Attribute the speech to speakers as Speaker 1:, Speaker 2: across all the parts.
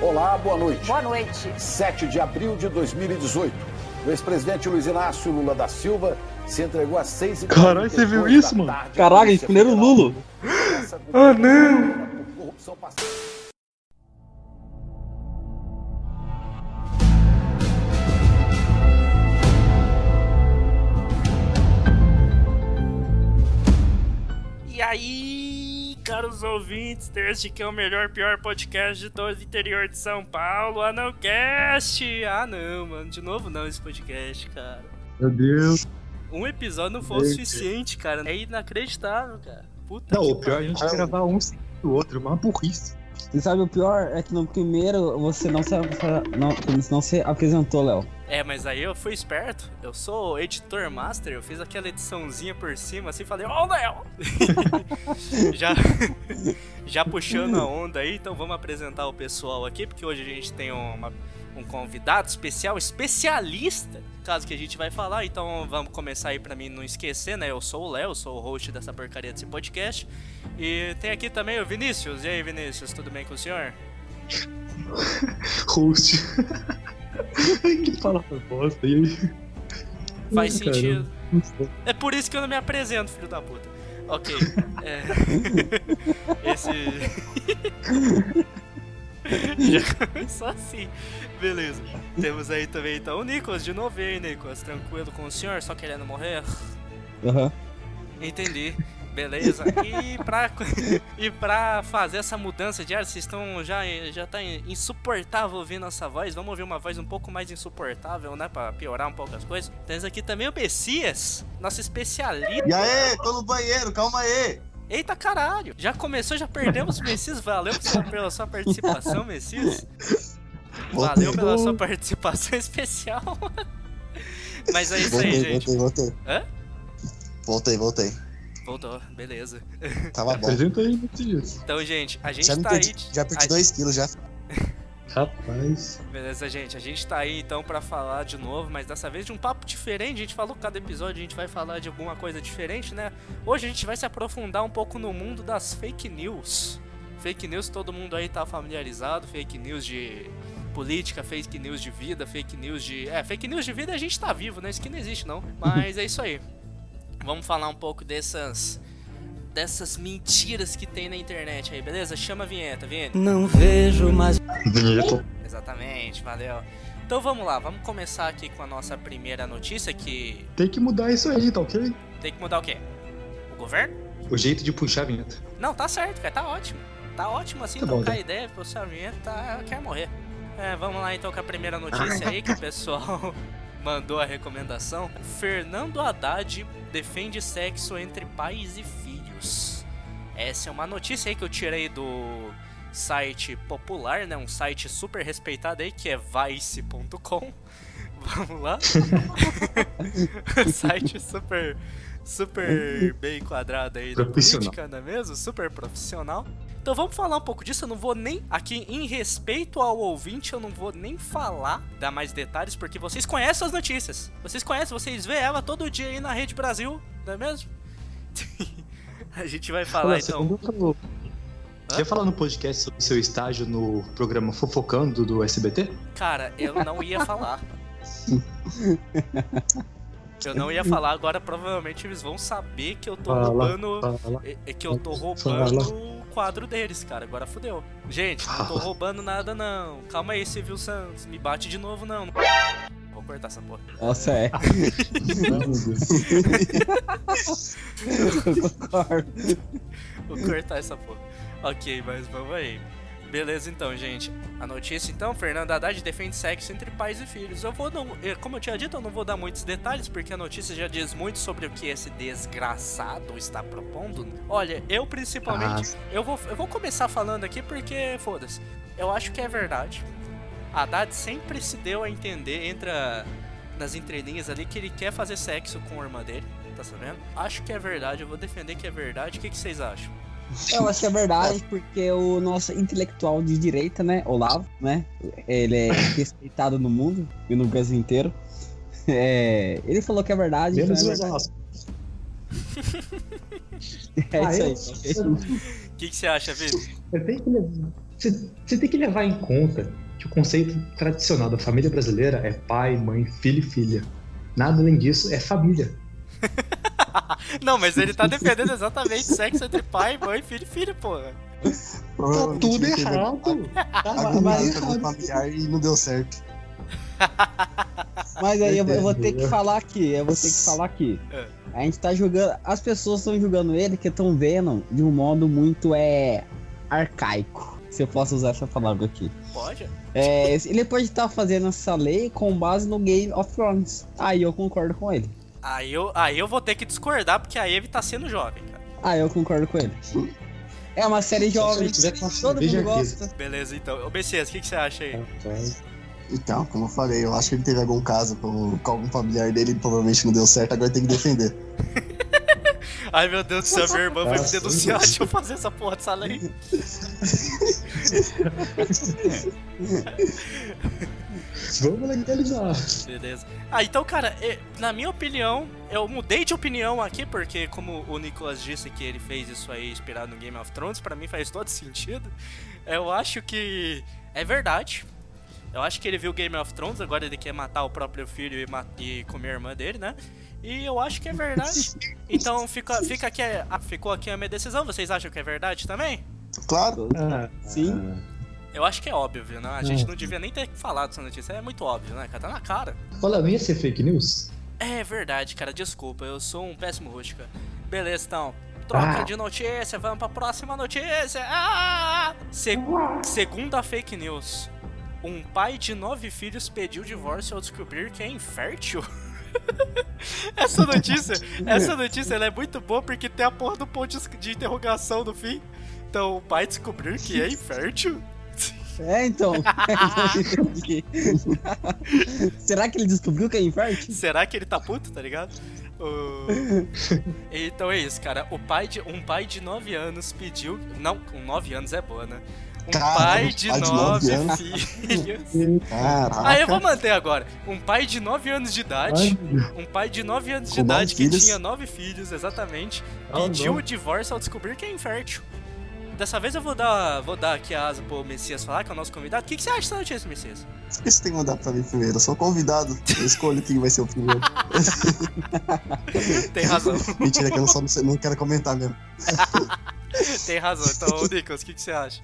Speaker 1: Olá, boa noite.
Speaker 2: Boa noite.
Speaker 1: 7 de abril de 2018. O ex-presidente Luiz Inácio Lula da Silva se entregou às 6
Speaker 3: Caralho, você viu isso, mano?
Speaker 4: Caraca, escolheram o Lula.
Speaker 1: Ah,
Speaker 3: não.
Speaker 1: Corrupção passiva.
Speaker 5: E aí, caros ouvintes, este que é o melhor pior podcast de todo o interior de São Paulo, Anãocast! Ah não, mano, de novo não esse podcast, cara.
Speaker 3: Meu Deus.
Speaker 5: Um episódio não foi o
Speaker 3: Gente.
Speaker 5: suficiente, cara. É inacreditável, cara. Puta
Speaker 3: Não,
Speaker 5: que
Speaker 3: o pior é a gente
Speaker 5: pariu.
Speaker 3: gravar um seguido do outro, uma burrice.
Speaker 4: E sabe o pior? É que no primeiro você não se, não, não se apresentou, Léo.
Speaker 5: É, mas aí eu fui esperto. Eu sou editor master, eu fiz aquela ediçãozinha por cima assim, falei, ó, oh, Léo! já, já puxando a onda aí, então vamos apresentar o pessoal aqui, porque hoje a gente tem uma- um convidado especial, especialista, caso que a gente vai falar. Então vamos começar aí pra mim não esquecer, né? Eu sou o Léo, sou o host dessa porcaria desse podcast. E tem aqui também o Vinícius. E aí, Vinícius, tudo bem com o senhor?
Speaker 3: Host. que palavra bosta aí.
Speaker 5: Faz
Speaker 3: Cara,
Speaker 5: sentido.
Speaker 3: não sei.
Speaker 5: É por isso que eu não me apresento, filho da puta. Ok. é. Esse. Já começou assim. Beleza. Temos aí também então o Nicolas de novo. E aí, Nicolas? Tranquilo com o senhor? Só querendo morrer?
Speaker 4: Aham.
Speaker 5: Entendi. Beleza. E pra, e pra fazer essa mudança de ar, vocês estão já, já tá insuportável ouvir nossa voz. Vamos ouvir uma voz um pouco mais insuportável, né? Pra piorar um pouco as coisas. Temos aqui também o Messias, nosso especialista.
Speaker 6: E aí, tô no banheiro, calma aí.
Speaker 5: Eita caralho! Já começou, já perdemos o Messias. Valeu pela- pela sua participação, Messias. Valeu pela sua participação especial. Mas é isso aí, gente.
Speaker 6: voltei.
Speaker 5: Hã?
Speaker 6: Voltei, voltei.
Speaker 5: Voltou, beleza.
Speaker 6: Tava bom.
Speaker 3: Apresenta aí, Matias.
Speaker 5: Então, gente, a gente
Speaker 6: Já me
Speaker 5: tá
Speaker 6: perdi,
Speaker 5: aí.
Speaker 6: já
Speaker 5: a-
Speaker 6: perdi 2 quilos já.
Speaker 3: Rapaz.
Speaker 5: Beleza, gente. A gente tá aí então pra falar de novo, mas dessa vez de um papo diferente. A gente falou que cada episódio a gente vai falar de alguma coisa diferente, né? Hoje a gente vai se aprofundar um pouco no mundo das fake news. Fake news todo mundo aí tá familiarizado, fake news de política, fake news de vida, fake news de. É, fake news de vida a gente tá vivo, né? Isso que não existe não. Mas é isso aí. Vamos falar um pouco dessas. dessas mentiras que tem na internet aí, beleza? Chama a vinheta, vinheta.
Speaker 7: Não vejo mais.
Speaker 3: Vinheta.
Speaker 5: Exatamente, valeu. Então vamos lá, vamos começar aqui com a nossa primeira notícia que
Speaker 3: Tem que mudar isso aí, tá ok?
Speaker 5: tem que mudar o quê? O governo?
Speaker 3: O jeito de puxar a vinheta.
Speaker 5: Não, tá certo, cara, tá ótimo. Tá ótimo assim,
Speaker 3: Tá bom,
Speaker 5: trocar
Speaker 3: já.
Speaker 5: ideia, posicionamento, tá, quer morrer. É, vamos lá então com a primeira notícia
Speaker 3: Ah.
Speaker 5: aí que o pessoal mandou a recomendação. Fernando Haddad defende sexo entre pais e filhos. Essa é uma notícia aí que eu tirei do site popular, né? Um site super respeitado aí que é vice.com. Vamos lá. site super super bem quadrado aí da
Speaker 3: Profissional.
Speaker 5: política, não é mesmo? Super profissional. Então vamos falar um pouco disso, eu não vou nem aqui em respeito ao ouvinte, eu não vou nem falar, dar mais detalhes porque vocês conhecem as notícias. Vocês conhecem, vocês vê ela todo dia aí na Rede Brasil, não é mesmo? A gente vai falar
Speaker 3: Olha, você
Speaker 5: então.
Speaker 3: não falou.
Speaker 5: Hã?
Speaker 3: Quer falar no podcast sobre seu estágio no programa Fofocando do SBT?
Speaker 5: Cara, eu não ia falar. Eu não ia falar, agora provavelmente eles vão saber que eu tô
Speaker 3: Fala,
Speaker 5: roubando.
Speaker 3: Fala.
Speaker 5: é- é que eu tô
Speaker 3: Fala.
Speaker 5: roubando o quadro deles, cara. Agora fudeu. Gente, não tô roubando nada não. Calma aí, Civil Santos. Me bate de novo não. Vou cortar essa porra.
Speaker 4: Nossa, é. Eu concordo.
Speaker 5: Vou cortar essa porra. Ok, mas vamos aí. Beleza então, gente. A notícia então, Fernando Haddad defende sexo entre pais e filhos. Eu vou não. eh, Como eu tinha dito, eu não vou dar muitos detalhes, porque a notícia já diz muito sobre o que esse desgraçado está propondo. Olha, eu principalmente. Eu, vou, eu vou começar falando aqui porque, foda-se. Eu acho que é verdade. Haddad sempre se deu a entender, entra nas entrelinhas ali, que ele quer fazer sexo com a irmã dele, tá sabendo? Acho que é verdade, eu vou defender que é verdade. O que que vocês acham?
Speaker 4: Eu acho que é verdade, porque o nosso intelectual de direita, né? Olavo, né? Ele é respeitado no mundo e no Brasil inteiro. É, ele falou que é verdade. então
Speaker 3: Menos
Speaker 4: é,
Speaker 3: o
Speaker 4: verdade.
Speaker 3: Osasco.
Speaker 4: é isso aí. É
Speaker 5: O que, que você acha, Vitor?
Speaker 3: Você tem que levar- Você você tem que levar em conta que o conceito tradicional da família brasileira é pai, mãe, filho e filha. Nada além disso é família.
Speaker 5: Não, mas ele tá defendendo exatamente sexo entre pai, mãe, filho e filho, porra.
Speaker 3: Tá tudo errado. Tá mais
Speaker 6: Agoniado com
Speaker 3: errado.
Speaker 6: familiar e não deu certo.
Speaker 4: Mas aí eu, eu vou ter que
Speaker 3: Entendeu?
Speaker 4: falar aqui, eu vou ter que falar aqui.
Speaker 5: É.
Speaker 4: A gente tá julgando. As pessoas estão julgando ele que estão vendo de um modo muito é. arcaico. Se eu posso usar essa palavra aqui.
Speaker 5: Pode?
Speaker 4: É, ele pode estar fazendo essa lei com base no Game of Thrones. Aí eu concordo com ele.
Speaker 5: Aí eu, aí eu vou ter que discordar, porque aí ele tá sendo jovem, cara.
Speaker 4: Aí eu concordo com ele. É uma série jovem.
Speaker 3: tiver com a
Speaker 4: Todo
Speaker 3: cerveja
Speaker 4: mundo gosta.
Speaker 5: Beleza, então. Ô, Messias, o que, que você acha aí?
Speaker 3: Rapaz.
Speaker 6: Então, como eu falei, eu acho que ele teve algum caso com, com algum familiar dele e provavelmente não deu certo, agora tem que defender.
Speaker 5: Ai, meu Deus do céu, minha irmã vai me
Speaker 3: Nossa,
Speaker 5: denunciar
Speaker 3: Deus.
Speaker 5: de eu fazer essa porra dessa lei.
Speaker 3: Vamos legalizar.
Speaker 5: Beleza. Ah, então, cara, eh, na minha opinião, eu mudei de opinião aqui, porque como o Nicolas disse que ele fez isso aí inspirado no Game of Thrones, pra mim faz todo sentido. Eu acho que é verdade. Eu acho que ele viu Game of Thrones, agora ele quer matar o próprio filho e, ma- e comer a irmã dele, né? E eu acho que é verdade. Então fica, fica aqui, a- ficou aqui a minha decisão. Vocês acham que é verdade também?
Speaker 6: Claro,
Speaker 3: Ah,
Speaker 4: Sim.
Speaker 5: Eu acho que é óbvio, né? A gente
Speaker 3: É.
Speaker 5: não devia nem ter falado essa notícia. É muito óbvio, né? cara? Tá na cara.
Speaker 3: Olha, não ia ser fake news?
Speaker 5: É verdade, cara, desculpa, eu sou um péssimo host, cara. Beleza, então. Troca
Speaker 3: Ah.
Speaker 5: de notícia, vamos pra próxima notícia. Ah! Se- segunda fake news. Um pai de nove filhos pediu divórcio ao descobrir que é infértil. essa notícia, essa notícia ela é muito boa porque tem a porra do ponto de- de interrogação no fim. Então, o pai descobriu que é infértil?
Speaker 4: É, então. Entendi. Será que ele descobriu que é infértil?
Speaker 5: Será que ele tá puto, tá ligado? O- então é isso, cara. O pai de, um pai de 9 anos pediu. Não, com 9 anos é boa, né? Um
Speaker 6: Caramba,
Speaker 5: pai de
Speaker 6: pai de
Speaker 5: 9
Speaker 6: nove anos.
Speaker 5: filhos.
Speaker 6: caraca.
Speaker 5: Aí eu vou manter agora. Um pai de 9 anos de idade. Um pai de 9 anos de
Speaker 6: Com nove
Speaker 5: idade que
Speaker 6: filhos.
Speaker 5: tinha 9 filhos, exatamente.
Speaker 3: Ah,
Speaker 5: Pediu
Speaker 3: não.
Speaker 5: o divórcio ao descobrir que é infértil. Dessa vez eu vou dar, vou dar aqui a asa pro Messias falar, que é o nosso convidado. O que, que você acha dessa notícia, Messias?
Speaker 6: Por que você tem que mandar pra mim primeiro? Eu sou convidado. Eu escolho quem vai ser o primeiro.
Speaker 5: Tem razão,
Speaker 6: Mentira, que eu só não, sei- não quero comentar mesmo.
Speaker 5: tem razão. Então, ô, Nicolas, o que, que você acha?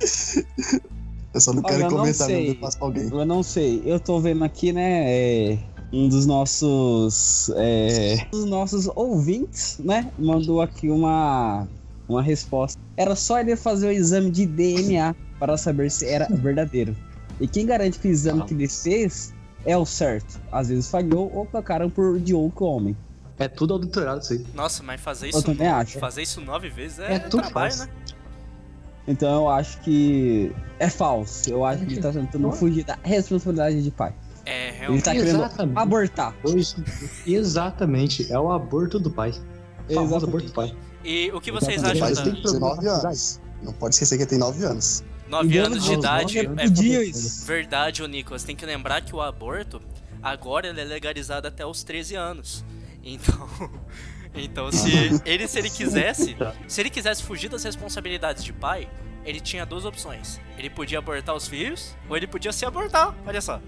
Speaker 6: Eu só não
Speaker 4: Olha,
Speaker 6: quero
Speaker 4: eu não
Speaker 6: comentar
Speaker 4: sei.
Speaker 6: mesmo. Eu passo pra alguém.
Speaker 4: Eu não sei. Eu tô vendo aqui, né? é, um dos nossos. é, um dos nossos ouvintes, né? Mandou aqui uma. Uma resposta. Era só ele fazer o exame de DNA para saber se era verdadeiro. E quem garante que o exame que ele fez é o certo? Às vezes falhou ou trocaram por de outro homem.
Speaker 3: É tudo adulterado isso aí.
Speaker 5: Nossa, mas fazer
Speaker 4: Eu
Speaker 5: isso é
Speaker 4: também acho.
Speaker 5: Fazer isso nove vezes é,
Speaker 3: É tudo
Speaker 5: trabalho,
Speaker 3: falso.
Speaker 5: né?
Speaker 4: Então eu acho que é falso. Eu acho que ele tá tentando fugir da responsabilidade de pai.
Speaker 5: É,
Speaker 4: Ele
Speaker 5: realmente.
Speaker 4: tá querendo
Speaker 3: Exatamente.
Speaker 4: abortar.
Speaker 3: Dois- Exatamente. É o aborto do pai. O famoso
Speaker 4: Exatamente.
Speaker 3: aborto do pai.
Speaker 5: E o que vocês
Speaker 3: Exatamente.
Speaker 5: acham
Speaker 6: Mas
Speaker 5: da
Speaker 6: tem 19 anos. Não pode esquecer que ele tem 9 anos.
Speaker 5: 9 anos de
Speaker 3: Aos
Speaker 5: idade?
Speaker 3: nove
Speaker 5: É
Speaker 3: anos.
Speaker 4: Pediu isso.
Speaker 5: verdade, ô Nicolas. Tem que lembrar que o aborto, agora ele é legalizado até os 13 anos. Então. Então, se ele, se ele quisesse. Se ele quisesse fugir das responsabilidades de pai, ele tinha duas opções. Ele podia abortar os filhos, ou ele podia se abortar. Olha só.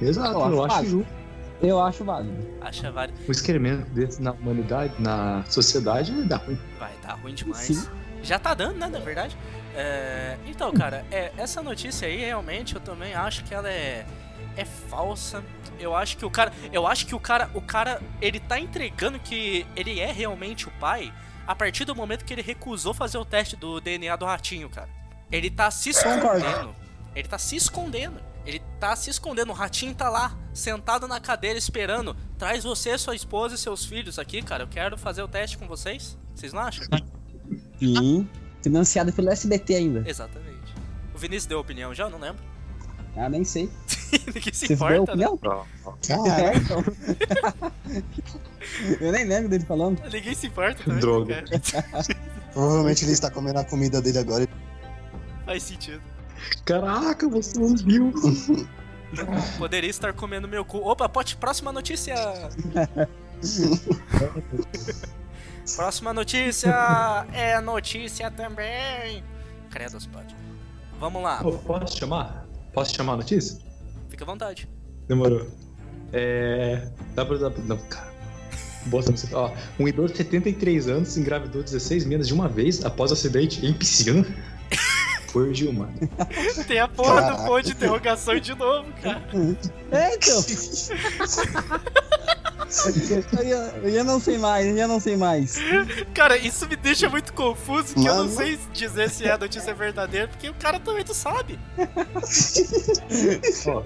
Speaker 3: Exato,
Speaker 4: Eu
Speaker 3: eu
Speaker 4: acho
Speaker 3: acho justo.
Speaker 4: Eu acho válido.
Speaker 5: Acha válido.
Speaker 3: O excremento desse na humanidade, na sociedade, dá ruim.
Speaker 5: Vai, tá ruim demais.
Speaker 4: Sim.
Speaker 5: Já tá dando, né, na verdade. É, Então, cara, é, essa notícia aí, realmente, eu também acho que ela é... É falsa. Eu acho que o cara... Eu acho que o cara... O cara, ele tá entregando que ele é realmente o pai a partir do momento que ele recusou fazer o teste do DNA do ratinho, cara. Ele tá se
Speaker 4: Concordo.
Speaker 5: escondendo. Ele tá se escondendo. Ele tá se escondendo. O ratinho tá lá, sentado na cadeira, esperando. Traz você, sua esposa e seus filhos aqui, cara. Eu quero fazer o teste com vocês. Vocês não acham?
Speaker 4: Sim. Financiado pelo SBT ainda.
Speaker 5: Exatamente. O Vinícius deu opinião já? Eu não lembro.
Speaker 4: Ah, nem sei.
Speaker 5: Ninguém se
Speaker 4: Você deu
Speaker 5: importa, né?
Speaker 4: opinião?
Speaker 6: Cara,
Speaker 4: É, então. eu nem lembro dele falando.
Speaker 5: né? Ninguém se importa também.
Speaker 3: Droga.
Speaker 5: né, cara?
Speaker 6: provavelmente ele está comendo a comida dele agora.
Speaker 5: Faz sentido.
Speaker 3: Caraca, você não viu.
Speaker 5: Poderia estar comendo meu cu. Opa, pode. Próxima notícia! Próxima notícia! É notícia também! Credo, Spot. vamos lá.
Speaker 3: Pô, posso chamar? Posso chamar a notícia?
Speaker 5: Fica à vontade.
Speaker 3: Demorou. É. Dá pra. Dá pra não, cara. Bota você. Ó, um idoso de 73 anos engravidou 16 meses de uma vez após acidente em piscina. Por Gilmar.
Speaker 5: Tem a porra do
Speaker 4: Ah,
Speaker 6: Caraca.
Speaker 5: ponto de interrogação de novo, cara.
Speaker 4: É, então. eu, já, eu já não sei mais, eu já não sei mais.
Speaker 5: Cara, isso me deixa muito confuso que eu não
Speaker 6: Mano.
Speaker 5: sei dizer se é a notícia verdadeira, porque o cara também não sabe.
Speaker 3: Ó,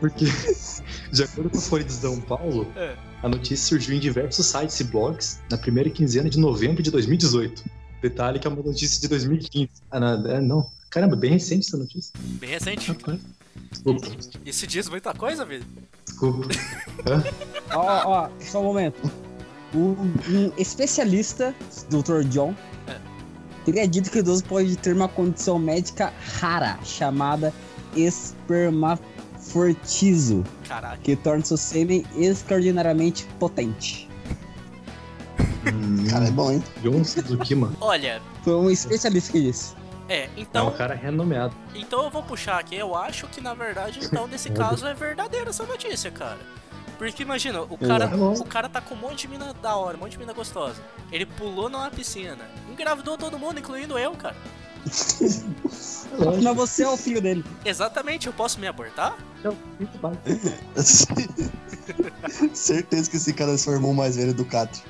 Speaker 3: porque, de acordo com a Folha de São Paulo,
Speaker 5: É.
Speaker 3: a notícia surgiu em diversos sites e blogs na primeira quinzena de novembro de 2018. Detalhe que é uma notícia de 2015. Ah, não, é, não. Caramba, bem recente essa notícia.
Speaker 5: Bem recente.
Speaker 3: Rapaz. Desculpa,
Speaker 5: Isso diz muita coisa, velho.
Speaker 3: desculpa.
Speaker 4: Ó, ó, só um momento. Um, um especialista, Dr. John, teria dito que o idoso pode ter uma condição médica rara, chamada espermafortizo,
Speaker 5: Caralho.
Speaker 4: que torna seu sêmen extraordinariamente potente.
Speaker 6: Cara, é bom, hein?
Speaker 3: John Suzuki, mano.
Speaker 5: Olha,
Speaker 4: Foi um especialista que disse.
Speaker 5: é,
Speaker 3: É
Speaker 5: então,
Speaker 3: um cara renomeado.
Speaker 5: então eu vou puxar aqui. Eu acho que na verdade, então, nesse caso é verdadeira essa notícia, cara. Porque imagina, o cara,
Speaker 3: tá bom.
Speaker 5: o cara tá com um monte de mina da hora, um monte de mina gostosa. Ele pulou numa piscina, engravidou todo mundo, incluindo eu, cara.
Speaker 4: Mas você é o filho dele.
Speaker 5: Exatamente, eu posso me abortar?
Speaker 6: Certeza que esse cara é seu irmão mais velho do Catro.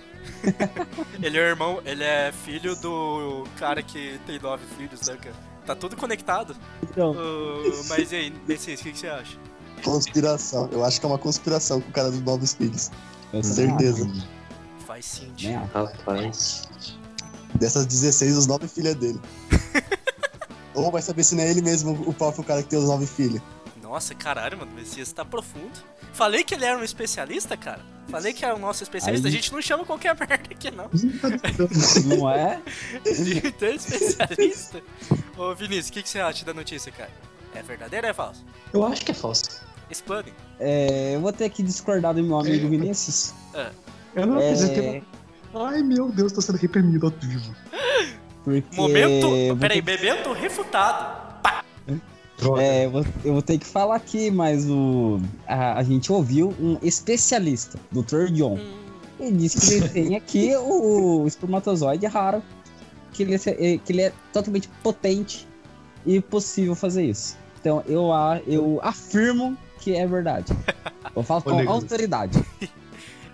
Speaker 5: Ele é irmão, ele é filho do cara que tem nove filhos, né, cara? Tá tudo conectado.
Speaker 4: Então,
Speaker 5: Ô, mas e aí, Messias, o que, que você acha?
Speaker 6: Conspiração. Eu acho que é uma conspiração com o cara dos novos filhos. Certeza.
Speaker 5: Faz sentido.
Speaker 4: Né, ó.
Speaker 3: Rapaz.
Speaker 6: Dessas 16, os nove filhos é dele. Ou vai saber se não é ele mesmo o próprio cara que tem os nove filhos.
Speaker 5: Nossa, caralho, mano, o Messias tá profundo. Falei que ele era um especialista, cara. Falei que era o nosso especialista.
Speaker 4: Aí-
Speaker 5: A gente não chama qualquer merda aqui, não.
Speaker 4: Não é?
Speaker 5: Então, especialista. Ô, Vinícius, o que, que você acha da notícia, cara? É verdadeiro ou é falso?
Speaker 3: Eu acho que é falso.
Speaker 5: Explane.
Speaker 4: É, eu vou ter que discordar do meu amigo Vinícius.
Speaker 3: Eu não
Speaker 4: É,
Speaker 3: acredito. Ai meu Deus, tô sendo reprimido ao vivo.
Speaker 4: porque
Speaker 5: Momento.
Speaker 4: eu É, vou
Speaker 5: Peraí, momento refutado.
Speaker 3: Droga.
Speaker 4: É, eu vou, eu vou ter que falar aqui, mas o, a, a gente ouviu um especialista, Dr. John.
Speaker 5: Hum,
Speaker 4: Ele disse que ele tem aqui o, espermatozoide raro, que ele, é- que ele é totalmente potente e possível fazer isso. Então eu, a- eu afirmo que é verdade. Eu falo
Speaker 3: Ô,
Speaker 4: com
Speaker 3: Nicolas.
Speaker 4: autoridade.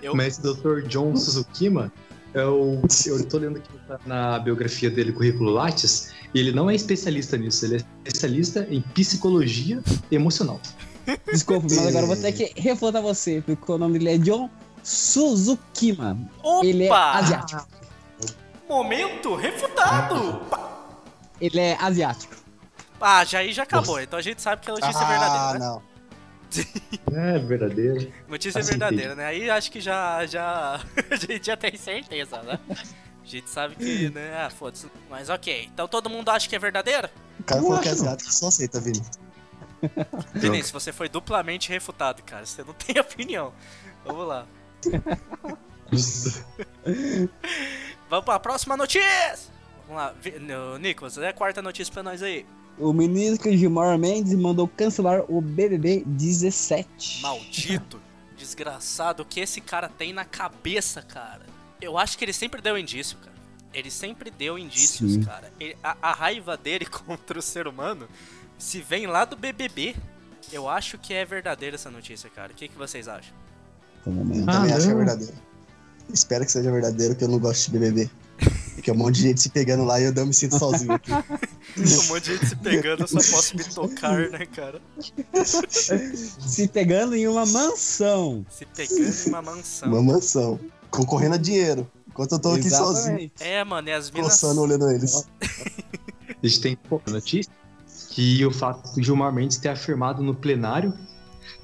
Speaker 5: eu-
Speaker 3: Mas o Dr. John Suzukima, eu, eu tô lendo aqui tá na biografia dele, Currículo Lattes, e ele não é especialista nisso, ele é especialista em psicologia emocional.
Speaker 4: Desculpa, mas agora eu vou ter que refutar você, porque o nome dele é John Suzukima.
Speaker 5: Opa!
Speaker 4: Ele é asiático.
Speaker 5: Momento refutado.
Speaker 4: Ele é asiático.
Speaker 5: Ah, já aí já acabou. Então a gente sabe que a notícia é
Speaker 6: ah,
Speaker 5: verdadeira. né?
Speaker 6: não.
Speaker 3: É verdadeiro.
Speaker 5: Notícia é
Speaker 3: Faz sentido.
Speaker 5: verdadeira, né? Aí acho que já, já. a gente já tem certeza, né? A gente sabe que, né? Ah, foda-se. Mas ok. Então todo mundo acha que é verdadeira?
Speaker 6: O cara
Speaker 3: Eu
Speaker 6: falou que é
Speaker 3: acho, não.
Speaker 6: asiático, só aceita, Vini.
Speaker 5: Vinícius, você foi duplamente refutado, cara. Você não tem opinião. Vamos lá. Vamos pra próxima notícia! Vamos lá, Vi- no- Nicolas, é a quarta notícia pra nós aí.
Speaker 4: O ministro Gilmar Mendes mandou cancelar o BBB 17.
Speaker 5: Maldito, desgraçado, o que esse cara tem na cabeça, cara? Eu acho que ele sempre deu indício, cara. Ele sempre deu indícios,
Speaker 4: Sim.
Speaker 5: cara. Ele- a, a raiva dele contra o ser humano se vem lá do BBB. Eu acho que é verdadeira essa notícia, cara. O que, que vocês acham?
Speaker 4: Então, vamos
Speaker 6: Eu
Speaker 4: lá.
Speaker 6: também
Speaker 3: Ah,
Speaker 6: acho que é
Speaker 3: não.
Speaker 6: verdadeiro. Espero que seja verdadeiro, que eu não gosto de BBB. Porque é um monte de gente se pegando lá e eu não me sinto sozinho aqui.
Speaker 5: Um monte de gente se pegando, eu só posso me tocar, né, cara?
Speaker 4: Se pegando em uma mansão.
Speaker 5: Se pegando em uma mansão.
Speaker 6: Uma mansão. Concorrendo a dinheiro. Enquanto eu tô aqui sozinho,
Speaker 4: Exatamente.
Speaker 5: É, mano, e as minas.
Speaker 6: coçando, olhando eles.
Speaker 3: A gente tem pouca notícia que o fato do Gilmar Mendes ter afirmado no plenário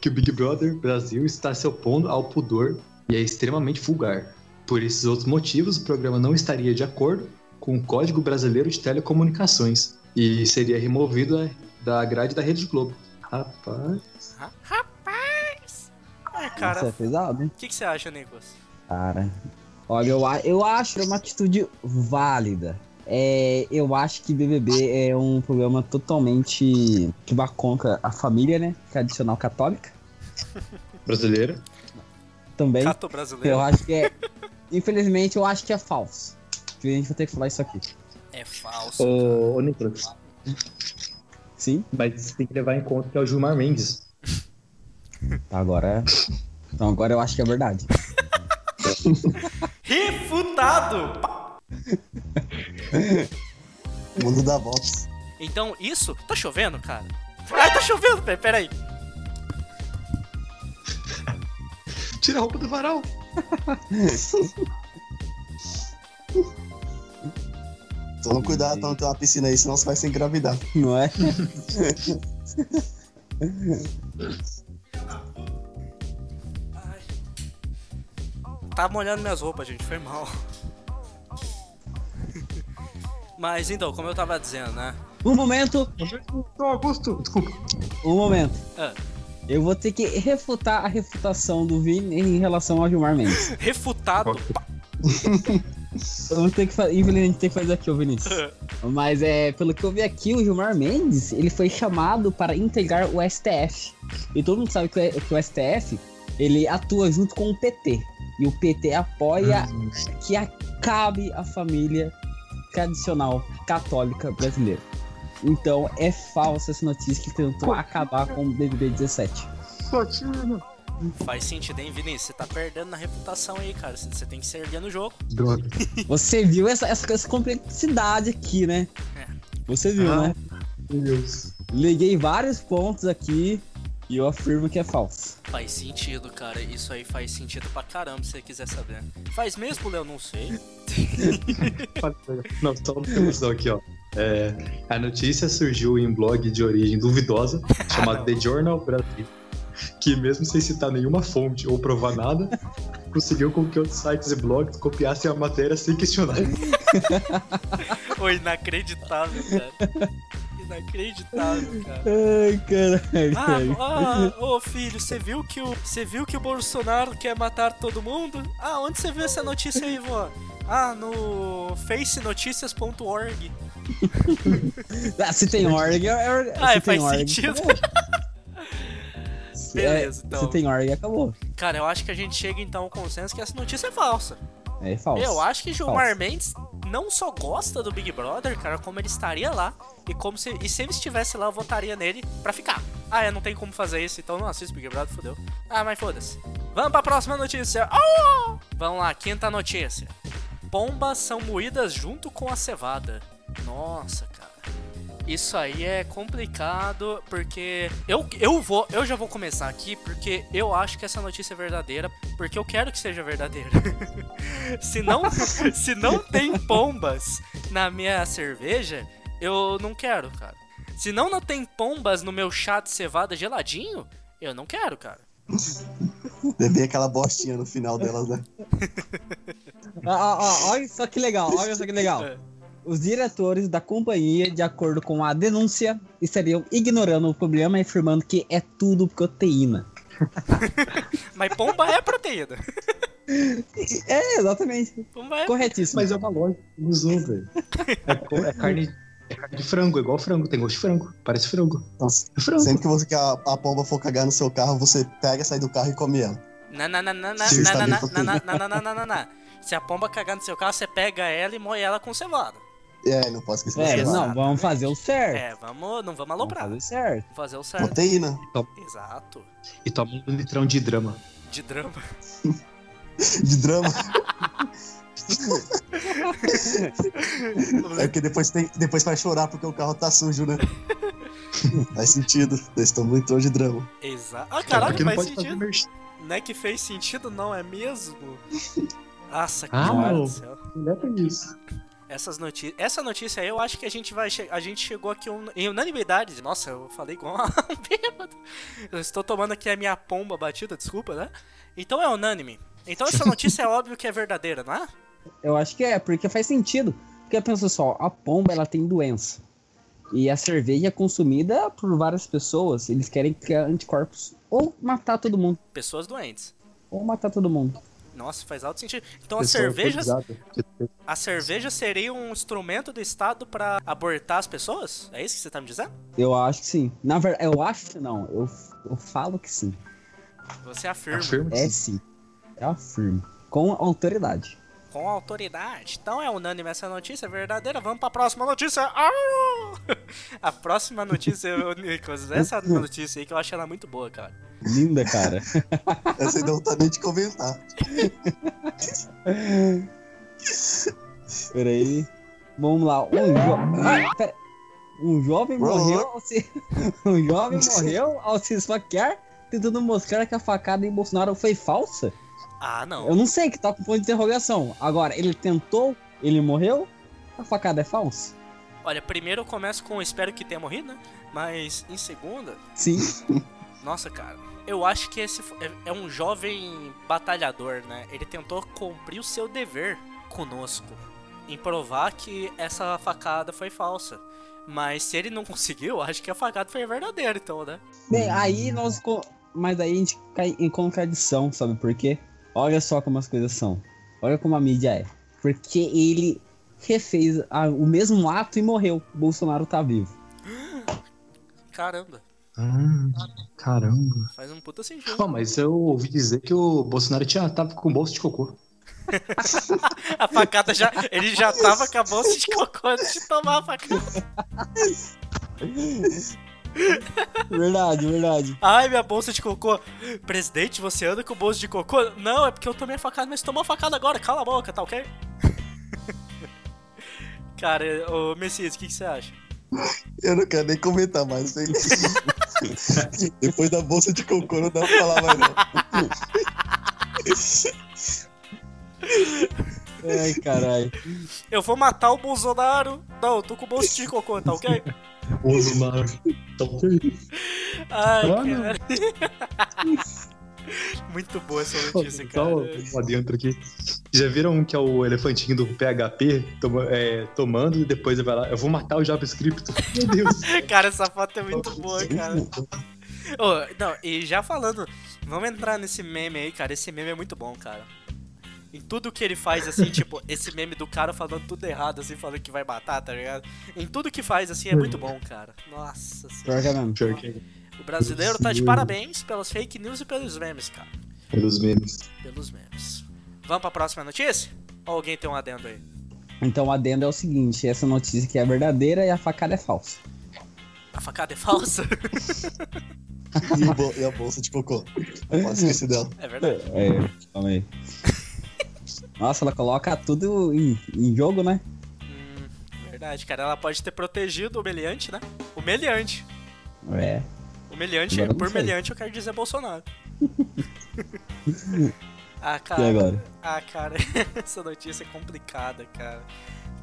Speaker 3: que o Big Brother Brasil está se opondo ao pudor e é extremamente vulgar. Por esses outros motivos, o programa não estaria de acordo com o Código Brasileiro de Telecomunicações e seria removido né, da grade da Rede Globo. Rapaz,
Speaker 5: Ra- Rapaz! Ah,
Speaker 4: Isso é
Speaker 5: cara,
Speaker 4: pesado, hein?
Speaker 5: o que, que você acha, Nicolas?
Speaker 4: Cara. Olha, eu, a- eu acho uma atitude válida. É, eu acho que BBB é um programa totalmente que vai contra a família, né? Tradicional católica
Speaker 3: Brasileira.
Speaker 4: também.
Speaker 5: Cato
Speaker 4: Eu
Speaker 5: brasileiro
Speaker 4: acho que é. Infelizmente, eu acho que é falso. A gente vai ter que falar isso aqui.
Speaker 5: é falso.
Speaker 3: Ô, ô Nicolas,
Speaker 4: Sim,
Speaker 3: mas você tem que levar em conta que é o Gilmar Mendes.
Speaker 4: agora. Então agora eu acho que é verdade.
Speaker 5: Refutado!
Speaker 6: O mundo dá voltas.
Speaker 5: Então isso. Tá chovendo, cara? Ai, tá chovendo, pera, pera aí.
Speaker 3: Tira a roupa do varal.
Speaker 6: Toma cuidado pra Então, não ter uma piscina aí, senão você vai se engravidar.
Speaker 4: Não é?
Speaker 5: Ai. Tá molhando minhas roupas, gente, foi mal. Mas então, como eu tava dizendo, né?
Speaker 4: Um momento,
Speaker 3: Augusto, desculpa.
Speaker 4: um momento.
Speaker 5: Ah.
Speaker 4: Eu vou ter que refutar a refutação do Vini em relação ao Gilmar Mendes.
Speaker 5: Refutado.
Speaker 4: Eu vou ter que fazer. Infelizmente tem que fazer aqui, ô Vinícius. Mas é, pelo que eu vi aqui, o Gilmar Mendes, ele foi chamado para integrar o STF. E todo mundo sabe que o que o STF, ele atua junto com o PT. E o PT apoia que acabe a família tradicional católica brasileira. Então é falsa essa notícia que tentou acabar com o BBB 17.
Speaker 5: Faz sentido, hein, Vinícius? Você tá perdendo na reputação aí, cara. Você- Você tem que ser erguer no jogo.
Speaker 3: Droga.
Speaker 4: Você viu essa, essa, essa complexidade aqui, né?
Speaker 5: É.
Speaker 4: Você viu,
Speaker 3: Ah.
Speaker 4: né?
Speaker 3: Meu Deus.
Speaker 4: Liguei vários pontos aqui e eu afirmo que é falso.
Speaker 5: Faz sentido, cara. Isso aí faz sentido pra caramba, se você quiser saber. Faz mesmo, Léo? Não sei.
Speaker 3: Não, só uma interrupção aqui, ó. É, a notícia surgiu em um blog de origem duvidosa, chamado The Journal Brasil, que mesmo sem citar nenhuma fonte ou provar nada, conseguiu com que outros sites e blogs copiassem a matéria sem questionar.
Speaker 5: Ô, inacreditável, cara. Inacreditável, cara.
Speaker 4: Ai, caralho.
Speaker 5: Ah, ah, ô filho, você viu que o você viu que o Bolsonaro quer matar todo mundo? Ah, onde você viu essa notícia aí, vó? Ah, no facenoticias.org.
Speaker 4: Ah, se tem org, é, é,
Speaker 5: Ah,
Speaker 4: se tem
Speaker 5: faz
Speaker 4: org, É.
Speaker 5: sentido.
Speaker 4: acabou. Se-
Speaker 5: Beleza,
Speaker 4: é,
Speaker 5: então.
Speaker 4: Se tem org, acabou.
Speaker 5: Cara, eu acho que a gente chega então ao consenso que essa notícia é falsa.
Speaker 4: É falso.
Speaker 5: Eu acho que Gilmar
Speaker 4: Falso.
Speaker 5: Mendes não só gosta do Big Brother, cara, como ele estaria lá e como se e se ele estivesse lá, eu votaria nele pra ficar. Ah, é, não tem como fazer isso, então não assisto Big Brother, fodeu. Ah, mas foda-se. Vamos pra próxima notícia. Oh! Vamos lá, quinta notícia. Pombas são moídas junto com a cevada. Nossa, cara. Isso aí é complicado, porque eu, eu vou, eu já vou começar aqui, porque eu acho que essa notícia é verdadeira, porque eu quero que seja verdadeira. se não, se não tem pombas na minha cerveja, eu não quero, cara. Se não não tem pombas no meu chá de cevada geladinho, eu não quero, cara.
Speaker 6: Beber É aquela bostinha no final delas, né?
Speaker 4: Ah, ah, ah, olha só que legal, olha só que legal.
Speaker 5: É.
Speaker 4: Os diretores da companhia, de acordo com a denúncia, estariam ignorando o problema e afirmando que é tudo proteína.
Speaker 5: Mas pomba é proteína.
Speaker 4: É, exatamente.
Speaker 5: Pomba é
Speaker 4: Corretíssimo.
Speaker 3: Mas é uma lógica que usou, velho. É, co- é carne, é carne de frango, é igual frango, tem gosto de frango, parece frango.
Speaker 6: Então,
Speaker 3: É frango.
Speaker 6: sempre que você que a, a pomba for cagar no seu carro, você pega, sai do carro e come ela.
Speaker 5: Na, na, na, na, na,
Speaker 6: Sim,
Speaker 5: na, na,
Speaker 6: está
Speaker 5: na,
Speaker 6: bem
Speaker 5: na, na, na, na, na, na, na. Se a pomba cagar no seu carro, você pega ela e moe ela com cevada.
Speaker 6: É, não posso esquecer.
Speaker 4: É,
Speaker 6: dessa
Speaker 4: não,
Speaker 5: Exato.
Speaker 4: vamos fazer o certo.
Speaker 5: É, vamos, não vamos
Speaker 4: vamos
Speaker 5: aloprar.
Speaker 4: fazer o
Speaker 5: Vamos
Speaker 4: certo.
Speaker 5: fazer o
Speaker 6: parte.
Speaker 5: certo.
Speaker 6: Proteína.
Speaker 5: Exato.
Speaker 3: E toma um litrão de drama.
Speaker 5: De drama.
Speaker 6: De drama. É porque depois, tem, depois vai chorar porque o carro tá sujo, né? Faz sentido. Eles estão muito longe de drama.
Speaker 5: Exato. Ah,
Speaker 3: Cara,
Speaker 5: caralho,
Speaker 3: não
Speaker 5: faz
Speaker 3: pode fazer
Speaker 5: sentido.
Speaker 3: merchan.
Speaker 5: Não é que fez sentido, não é mesmo? Nossa,
Speaker 3: Ah,
Speaker 5: cara
Speaker 3: meu.
Speaker 5: do céu.
Speaker 3: Não é pra isso.
Speaker 5: Essas noti Essa notícia aí, eu acho que a gente vai. che- A gente chegou aqui un- em unanimidade. Nossa, eu falei igual uma bêbada. Eu estou tomando aqui a minha pomba batida, desculpa, né? Então é unânime. Então essa notícia é óbvio que é verdadeira, não é?
Speaker 4: Eu acho que é, porque faz sentido. Porque pensa só, a pomba ela tem doença. E a cerveja é consumida por várias pessoas. Eles querem criar anticorpos ou matar todo mundo.
Speaker 5: Pessoas doentes.
Speaker 4: Ou matar todo mundo.
Speaker 5: Nossa, faz alto sentido. Então a
Speaker 3: Pessoa
Speaker 5: cerveja,
Speaker 3: autorizada.
Speaker 5: a cerveja seria um instrumento do Estado pra abortar as pessoas? É isso que você tá me dizendo?
Speaker 4: Eu acho que sim. Na verdade, eu acho que não. Eu, eu falo que sim.
Speaker 5: Você afirma
Speaker 3: Afirma
Speaker 4: É
Speaker 3: que
Speaker 4: sim. Eu afirmo. Com autoridade.
Speaker 5: com autoridade. Então é unânime essa notícia, é verdadeira. Vamos pra próxima notícia. Au! A próxima notícia, ô, Nicolas, essa notícia aí que eu acho ela muito boa, cara.
Speaker 4: Linda, cara.
Speaker 6: Essa aí não tá nem de comentar.
Speaker 4: Peraí. Vamos lá. Um, jo... Ah, pera- um jovem
Speaker 6: Rolou.
Speaker 4: morreu ao se... Um jovem morreu ao se esfaquear tentando mostrar que a facada em Bolsonaro foi falsa.
Speaker 5: Ah, não.
Speaker 4: Eu não sei, que tá com ponto de interrogação. Agora, ele tentou, ele morreu, a facada é falsa?
Speaker 5: Olha, primeiro eu começo com espero que tenha morrido, né? Mas em segunda,
Speaker 4: Sim.
Speaker 5: Nossa, cara. Eu acho que esse fo- é- é um jovem batalhador, né? Ele tentou cumprir o seu dever conosco em provar que essa facada foi falsa. Mas se ele não conseguiu, acho que a facada foi verdadeira, então, né?
Speaker 4: Bem, aí nós. co- Mas aí a gente cai em contradição, sabe por quê? Olha só como as coisas são. Olha como a mídia é. Porque ele refez a- o mesmo ato e morreu. Bolsonaro tá vivo.
Speaker 5: Caramba,
Speaker 3: Ah, caramba.
Speaker 5: faz um puta sentido.
Speaker 3: Pô, Ah, mas eu ouvi dizer que o Bolsonaro tinha, tava com bolso de cocô.
Speaker 5: A facada já. Ele já tava com a bolsa de cocô antes de tomar a facada.
Speaker 4: Verdade, verdade.
Speaker 5: Ai, minha bolsa de cocô. Presidente, você anda com bolsa de cocô? Não, é porque eu tomei a facada, mas tomou a facada agora, cala a boca, tá ok? Cara, ô Messias, o que, que você acha?
Speaker 6: Eu não quero nem comentar mais. velho. Depois da bolsa de cocô não dá pra falar mais não.
Speaker 4: Ai, caralho.
Speaker 5: Eu vou matar o Bolsonaro. Não, eu tô com bolsa de cocô, tá ok?
Speaker 3: Bolsonaro. Então,
Speaker 5: Ai,
Speaker 3: Ah, não.
Speaker 5: cara. Muito boa essa notícia,
Speaker 3: tá
Speaker 5: cara.
Speaker 3: então, lá dentro aqui. Já viram um que é o elefantinho do PHP toma- é, tomando e depois ele vai lá. Eu vou matar o JavaScript. Meu Deus.
Speaker 5: Cara, essa foto é muito boa, cara. Ô, não, e já falando, vamos entrar nesse meme aí, cara. Esse meme é muito bom, cara. Em tudo que ele faz, assim, tipo, esse meme do cara falando tudo errado, assim, falando que vai matar, tá ligado? Em tudo que faz, assim, é muito bom, cara. Nossa senhora.
Speaker 4: Pior que é mesmo.
Speaker 3: Pior que
Speaker 5: O brasileiro tá de parabéns pelas fake news e pelos memes, cara.
Speaker 3: é dos memes.
Speaker 5: Pelos memes. Vamos pra próxima notícia? Ou alguém tem um adendo aí?
Speaker 4: Então o adendo é o seguinte: essa notícia aqui é verdadeira e a facada é falsa.
Speaker 5: A facada é falsa?
Speaker 6: E, o bol- e a bolsa de cocô. Não posso esquecer dela.
Speaker 5: É verdade.
Speaker 4: É, calma aí. Nossa, ela coloca tudo em, em jogo, né?
Speaker 5: Hum, verdade, cara. Ela pode ter protegido o meliante, né? O meliante.
Speaker 4: É.
Speaker 5: O meliante,
Speaker 4: Agora eu não
Speaker 5: por
Speaker 4: sei.
Speaker 5: meliante eu quero dizer Bolsonaro. ah, cara.
Speaker 4: E agora?
Speaker 5: Ah, cara, essa notícia é complicada, cara.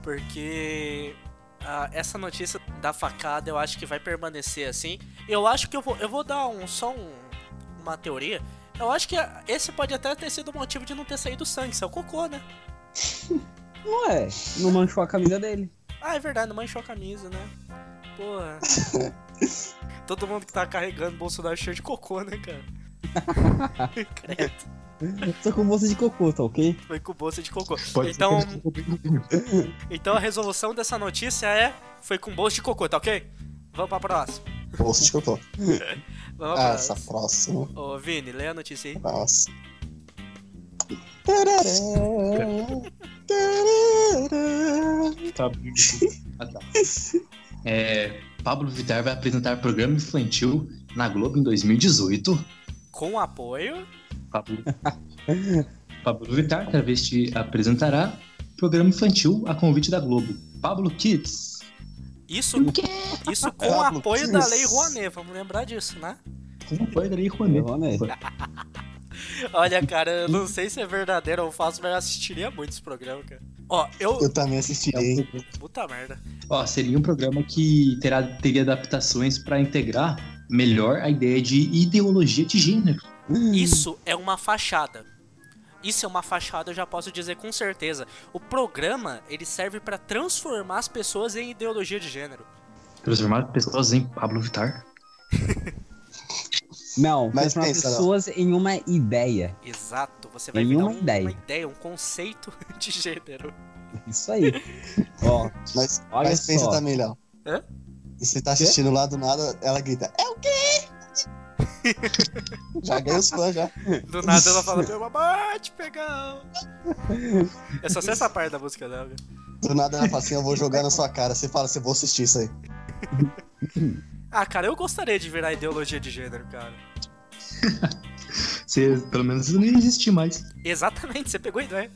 Speaker 5: Porque ah, essa notícia da facada eu acho que vai permanecer assim. Eu acho que eu vou, eu vou dar um, só um- uma teoria. Eu acho que ah, esse pode até ter sido o motivo de não ter saído sangue, isso é o cocô, né?
Speaker 4: Ué, não manchou a camisa dele.
Speaker 5: Ah, é verdade, não manchou a camisa, né? Porra. Todo mundo que tá carregando o Bolsonaro cheio de cocô, né, cara? Credo.
Speaker 4: Só com bolsa de cocô, tá ok?
Speaker 5: Foi com bolsa de cocô.
Speaker 3: Pode ser
Speaker 5: então,
Speaker 3: que eles comprem.
Speaker 5: então a resolução dessa notícia é. Foi com bolsa de cocô, tá ok? Vamos pra próxima.
Speaker 6: Bolsa de cocô.
Speaker 5: Vamos pra
Speaker 6: Ah, essa
Speaker 5: próxima.
Speaker 6: próxima.
Speaker 5: Ô, Vini, lê a notícia aí.
Speaker 6: Nossa. Tarará, tarará.
Speaker 3: Tá bom. Ah, tá. É, Pablo Vittar vai apresentar programa infantil na Globo em 2018.
Speaker 5: Com apoio.
Speaker 3: Pablo, Pablo Vittar, travesti, apresentará programa infantil a convite da Globo. Pablo Kids.
Speaker 5: Isso,
Speaker 3: O quê? É
Speaker 5: isso com
Speaker 6: Pablo,
Speaker 5: apoio
Speaker 6: que
Speaker 5: da
Speaker 6: isso?
Speaker 5: Lei Rouanet, vamos lembrar disso, né?
Speaker 3: Como foi daí,
Speaker 4: Eu
Speaker 3: Juanê?
Speaker 4: vou nele.
Speaker 5: Olha, cara, eu não sei se é verdadeiro ou falso, mas eu assistiria muito esse programa, cara. Ó, eu.
Speaker 6: Eu também assistiria, hein?
Speaker 5: Puta merda.
Speaker 3: Ó, seria um programa que terá, teria adaptações para integrar melhor a ideia de ideologia de gênero.
Speaker 4: Uhum.
Speaker 5: Isso é uma fachada. Isso é uma fachada, eu já posso dizer com certeza. O programa, ele serve pra transformar as pessoas em ideologia de gênero.
Speaker 3: Transformar pessoas em Pablo Vittar.
Speaker 4: Não,
Speaker 6: Mas
Speaker 4: transformar
Speaker 6: pensa, não.
Speaker 4: pessoas em uma ideia.
Speaker 5: Exato, você vai
Speaker 4: Em
Speaker 5: virar
Speaker 4: uma
Speaker 5: um-
Speaker 4: ideia.
Speaker 5: uma ideia, um conceito de gênero.
Speaker 4: Isso aí. Ó,
Speaker 6: Mas,
Speaker 4: Olha
Speaker 6: mas pensa
Speaker 4: só.
Speaker 6: também, Léo.
Speaker 5: Hã?
Speaker 6: E você tá assistindo lá do nada, ela grita, é o quê? já ganhei os fãs, já.
Speaker 5: Do nada ela fala, meu mamãe te pegou. É só ser essa parte da música dela. viu?
Speaker 6: Do nada ela fala assim, eu vou jogar na sua cara. Você fala assim, eu vou assistir isso aí.
Speaker 5: Ah, cara, eu gostaria de virar ideologia de gênero, cara.
Speaker 3: Você, pelo menos isso não existe mais.
Speaker 5: Exatamente, você pegou a ideia.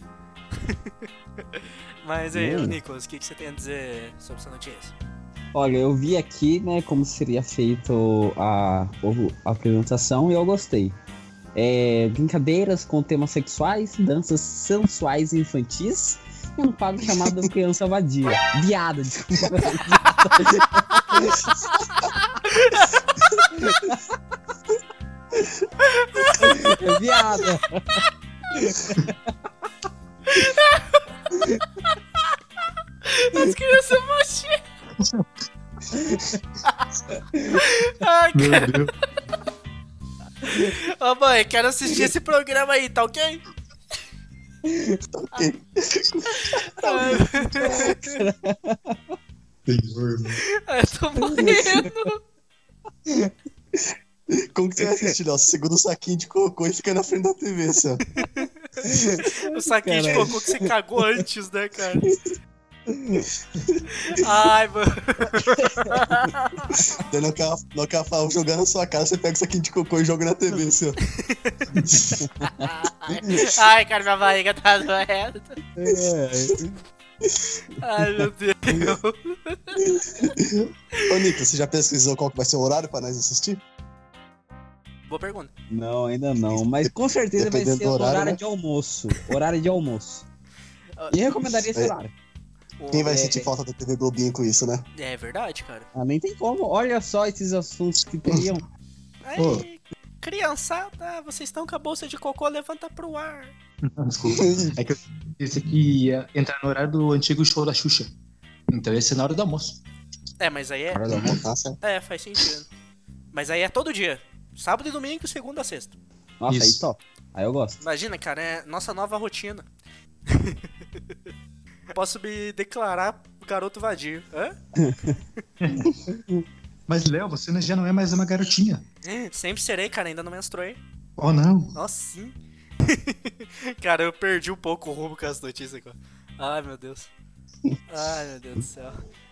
Speaker 5: Mas aí,
Speaker 4: Hum.
Speaker 5: Nicolas, o que, que você tem a dizer sobre essa notícia?
Speaker 4: olha, eu vi aqui, né, como seria feito a, o- a apresentação e eu gostei. É, brincadeiras com temas sexuais, danças sensuais e infantis e um quadro chamado Criança Vadia. Viada, desculpa. É Viada.
Speaker 5: As crianças machinhas! Ai,
Speaker 3: Meu
Speaker 5: cara.
Speaker 3: Deus.
Speaker 5: Ô, mãe, quero assistir esse programa aí, tá ok?
Speaker 6: Então, Ok.
Speaker 5: Ai,
Speaker 3: Senhor, mano.
Speaker 5: ai, eu tô morrendo.
Speaker 6: Como que você vai assistir, Léo? Você segura um saquinho de cocô e fica na frente da TV, assim, ó.
Speaker 5: O saquinho de
Speaker 4: Caralho.
Speaker 5: cocô que você cagou antes, né, cara? Ai, mano.
Speaker 6: Daí não quer, não quer falar, jogar na sua cara, você pega o saquinho de cocô e joga na TV, assim, ó.
Speaker 5: Ai, cara, minha barriga tá doendo. Ai, meu Deus.
Speaker 6: Ô, Nico, você já pesquisou qual que vai ser o horário pra nós assistir?
Speaker 5: Boa pergunta.
Speaker 4: Não, ainda não. Mas com certeza vai
Speaker 6: Dependendo
Speaker 4: ser
Speaker 6: do
Speaker 4: o
Speaker 6: horário,
Speaker 4: horário,
Speaker 6: né?
Speaker 4: de almoço. Horário de almoço. E eu recomendaria esse
Speaker 6: É.
Speaker 4: horário.
Speaker 5: O-
Speaker 6: Quem vai
Speaker 4: É.
Speaker 6: sentir falta da TV Globinho com isso, né?
Speaker 5: É verdade, cara.
Speaker 4: Ah, nem tem como. Olha só esses assuntos que teriam.
Speaker 5: Ai,
Speaker 3: Ô.
Speaker 5: criançada, vocês estão com a bolsa de cocô, levanta pro ar.
Speaker 3: Desculpa. É que eu disse que ia entrar no horário do antigo show da Xuxa. Então ia ser na hora do almoço.
Speaker 5: É, mas aí é.
Speaker 6: Nossa,
Speaker 5: É, faz sentido. Mas aí é todo dia. Sábado e domingo, segunda a sexta.
Speaker 4: Nossa,
Speaker 3: Isso.
Speaker 4: aí top. Aí eu gosto.
Speaker 5: Imagina, cara, é nossa nova rotina. Posso me declarar garoto vadio. Hã?
Speaker 3: Mas, Léo, você já não é mais uma garotinha.
Speaker 5: É, Sempre serei, cara, ainda não menstruei.
Speaker 3: Oh, não.
Speaker 5: Nossa, sim. cara, eu perdi um pouco o rumo com as notícias agora. Ai, meu Deus. Ai, meu Deus do céu.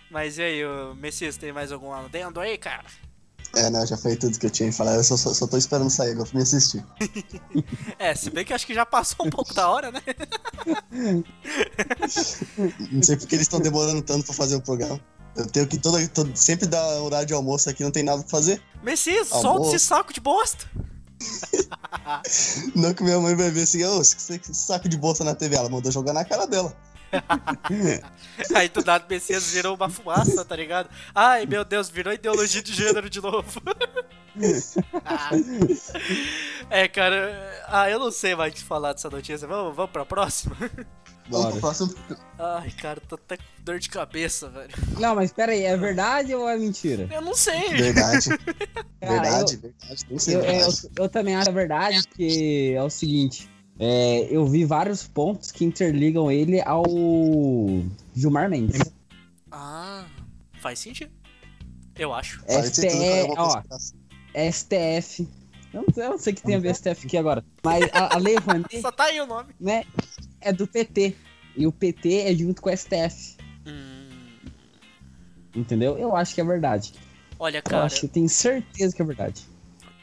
Speaker 5: Mas e aí, ô, Messias, tem mais algum adendo aí, cara?
Speaker 6: É, não, já falei tudo que eu tinha que falar. Eu só, só, só tô esperando sair agora pra me assistir.
Speaker 5: É, se bem que eu acho que já passou um pouco da hora, né?
Speaker 6: Não sei porque eles estão demorando tanto pra fazer o programa. Eu tenho que toda, todo- sempre dar horário de almoço aqui, não tem nada pra fazer.
Speaker 5: Messias,
Speaker 6: Tá
Speaker 5: solta
Speaker 6: bom.
Speaker 5: esse saco de bosta.
Speaker 6: Não que minha mãe vai ver assim, ô, esse esse saco de bolsa na TV, ela mandou jogar na cara dela.
Speaker 5: Aí do nada o Messias virou uma fumaça, tá ligado? Ai, meu Deus, virou ideologia de gênero de novo. é, cara, ah, eu não sei mais o que falar dessa notícia. Vamos, vamos pra próxima?
Speaker 6: Vamos pro
Speaker 4: Bora.
Speaker 6: próximo.
Speaker 5: Ai, cara, tô até com dor de cabeça, velho.
Speaker 4: Não, mas pera aí, é verdade ou é mentira?
Speaker 5: Eu não sei.
Speaker 6: Verdade,
Speaker 4: Cara,
Speaker 6: verdade, verdade. Não sei,
Speaker 4: Eu, eu, eu,
Speaker 6: verdade.
Speaker 4: eu também acho a verdade, porque é o seguinte. é, eu vi vários pontos que interligam ele ao Gilmar Mendes.
Speaker 5: Ah, faz sentido. Eu acho.
Speaker 6: Faz sentido, cara, eu
Speaker 4: STF,
Speaker 6: vou
Speaker 4: ó,
Speaker 6: pesquisar.
Speaker 4: STF. Eu não, sei- eu não sei o que tem a
Speaker 6: Uhum.
Speaker 4: ver STF aqui agora. Mas a, a Lei Rouanet,
Speaker 5: Só tá aí o nome.
Speaker 4: né, é do PT. E o PT é junto com o STF.
Speaker 5: Hum,
Speaker 4: Entendeu? Eu acho que é verdade.
Speaker 5: olha,
Speaker 4: Eu
Speaker 5: cara,
Speaker 4: acho que eu tenho certeza que é verdade.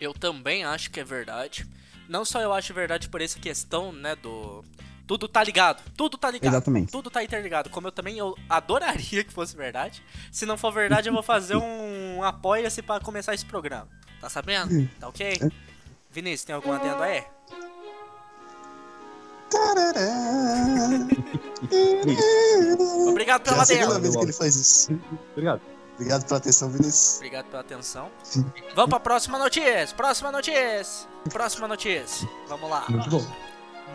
Speaker 5: eu também acho que é verdade. Não só eu acho verdade por essa questão, né, do... Tudo tá ligado, tudo tá ligado.
Speaker 4: Exatamente.
Speaker 5: Tudo tá interligado. Como eu também eu adoraria que fosse verdade. Se não for verdade, eu vou fazer um apoia-se pra começar esse programa. Tá sabendo? Tá ok?
Speaker 6: É.
Speaker 5: Vinícius, tem algum adendo aí?
Speaker 6: Tarará.
Speaker 5: Obrigado
Speaker 6: Já
Speaker 4: Então,
Speaker 6: é
Speaker 5: pela
Speaker 6: a segunda
Speaker 5: adendo.
Speaker 6: vez que ele faz isso.
Speaker 3: Obrigado.
Speaker 6: Obrigado pela atenção, Vinícius.
Speaker 5: Obrigado pela atenção. Vamos pra próxima notícia. Próxima notícia. Próxima notícia. Vamos lá.
Speaker 3: Muito bom.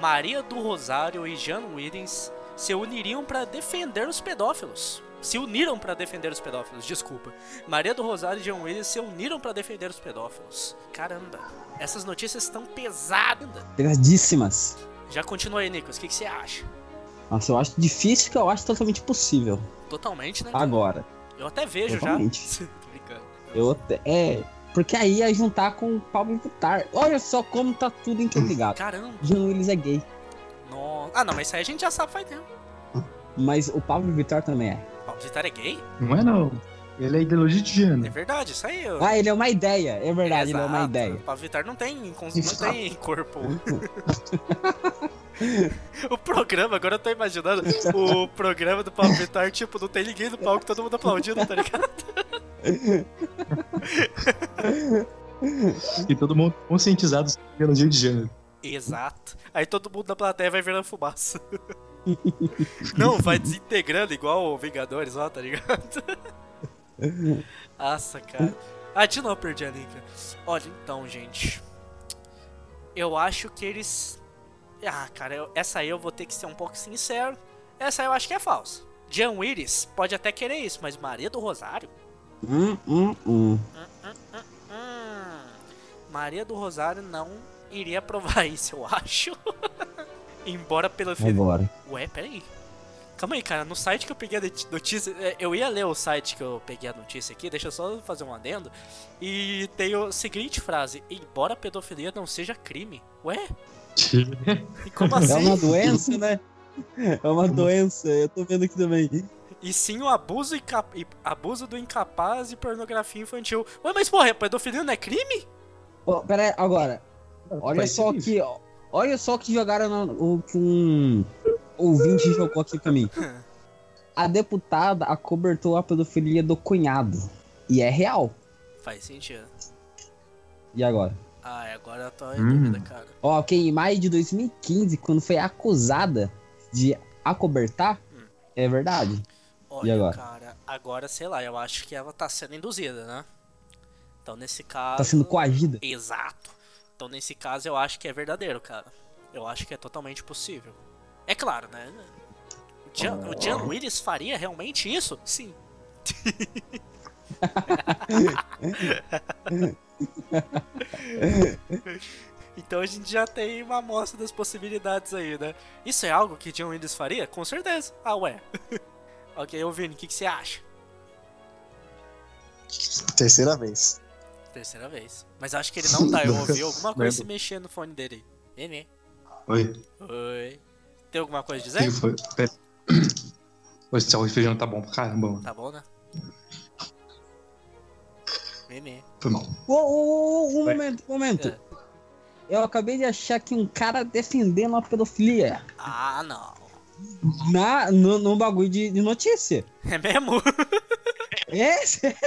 Speaker 5: Maria do Rosário e Jan Williams se uniriam pra defender os pedófilos. se uniram pra defender os pedófilos, desculpa. Maria do Rosário e John Williams se uniram pra defender os pedófilos. Caramba, essas notícias estão pesadas.
Speaker 4: Pesadíssimas.
Speaker 5: Já continua aí, Nicolas, o que, que você acha?
Speaker 4: Nossa, eu acho difícil que eu acho totalmente possível.
Speaker 5: Totalmente,
Speaker 3: Ah,
Speaker 5: né?
Speaker 4: Agora.
Speaker 5: Eu até vejo
Speaker 4: Totalmente.
Speaker 5: já. Tô brincando.
Speaker 4: Eu até- É. Porque aí ia juntar com o Pablo Vittar. Olha só como tá tudo interligado.
Speaker 5: Caramba,
Speaker 4: John Willis é gay.
Speaker 5: nossa. Ah, não, mas isso aí a gente já sabe faz tempo.
Speaker 4: Mas o Pablo Vittar também é.
Speaker 5: Pablo Vittar é gay?
Speaker 3: Não é não. Ele é ideologia de
Speaker 5: É
Speaker 3: gênero.
Speaker 5: verdade, isso aí. Eu...
Speaker 4: Ah, ele é uma ideia. É verdade, ele é uma
Speaker 5: Exato.
Speaker 4: ideia.
Speaker 5: Pablo Vittar não tem, cons- não tem corpo. o programa, agora eu tô imaginando o programa do Pablo Vittar, tipo, não tem ninguém no palco, todo mundo aplaudindo, tá ligado?
Speaker 3: E todo mundo conscientizado sobre ideologia de gênero.
Speaker 5: Exato. Aí todo mundo na plateia vai virando fumaça. Não, vai desintegrando igual o Vingadores lá, tá ligado? Nossa, cara. Ah, de novo perdi a liga. Olha, então, gente. Eu acho que eles. Ah, cara, eu- essa aí eu vou ter que ser um pouco sincero. Essa aí eu acho que é falsa. Jan Willis pode até querer isso, mas Maria do Rosário?
Speaker 4: Hum, hum, hum.
Speaker 5: Hum, Maria do Rosário não iria aprovar isso, eu acho. Embora pelo filme.
Speaker 4: Agora.
Speaker 5: Ué, peraí. Calma aí, cara. No site que eu peguei a noti- notícia. é, Eu ia ler o site que eu peguei a notícia aqui, deixa eu só fazer um adendo. E tem a seguinte frase: Embora a pedofilia não seja crime. Ué? E como
Speaker 4: É
Speaker 5: assim?
Speaker 4: uma doença, né? É uma doença, eu tô vendo aqui também.
Speaker 5: E sim o abuso, inca- e- abuso do incapaz e pornografia infantil. Ué, mas porra, pedofilia não é crime?
Speaker 4: Ó, pera aí, agora. Olha
Speaker 3: Faz
Speaker 4: só
Speaker 3: sentido.
Speaker 4: que. ó, Olha só que jogaram na- o que um ouvinte jogou aqui pra mim. A deputada acobertou a pedofilia do cunhado. E é real.
Speaker 5: Faz sentido.
Speaker 4: E agora?
Speaker 5: Ah, agora eu tô em
Speaker 3: Hum.
Speaker 5: dúvida, cara.
Speaker 4: Ó, que em maio de 2015, quando foi acusada de acobertar, é verdade.
Speaker 5: Olha,
Speaker 4: agora?
Speaker 5: cara, agora sei lá, eu acho que ela tá sendo induzida, né? Então nesse caso.
Speaker 4: Tá sendo coagida.
Speaker 5: Exato. Então nesse caso eu acho que é verdadeiro, cara. Eu acho que é totalmente possível. É claro, né? O Jan, o Jan Willis faria realmente isso? Sim. então a gente já tem uma amostra das possibilidades aí, né? Isso é algo que John Willis faria? Com certeza. Ah, ué. ok, ô Vini, o que, que você acha?
Speaker 6: Terceira vez.
Speaker 5: Terceira vez. Mas acho que ele não tá. Eu ouvi alguma coisa se mexer no fone dele. Nenê.
Speaker 3: Oi,
Speaker 5: Oi. Tem alguma coisa a
Speaker 3: o que
Speaker 5: dizer?
Speaker 3: foi? Pera. Ô, Esse arroz e feijão tá bom pra caramba, mano.
Speaker 5: Tá bom, né? Nenê.
Speaker 3: Foi mal.
Speaker 4: Ô, ô, ô, ô, um
Speaker 3: Oi.
Speaker 4: momento, um momento. Eu acabei de achar que um cara defendendo a pedofilia
Speaker 5: Ah, não.
Speaker 4: na, no, no bagulho de, de notícia.
Speaker 5: É mesmo?
Speaker 4: É, sério,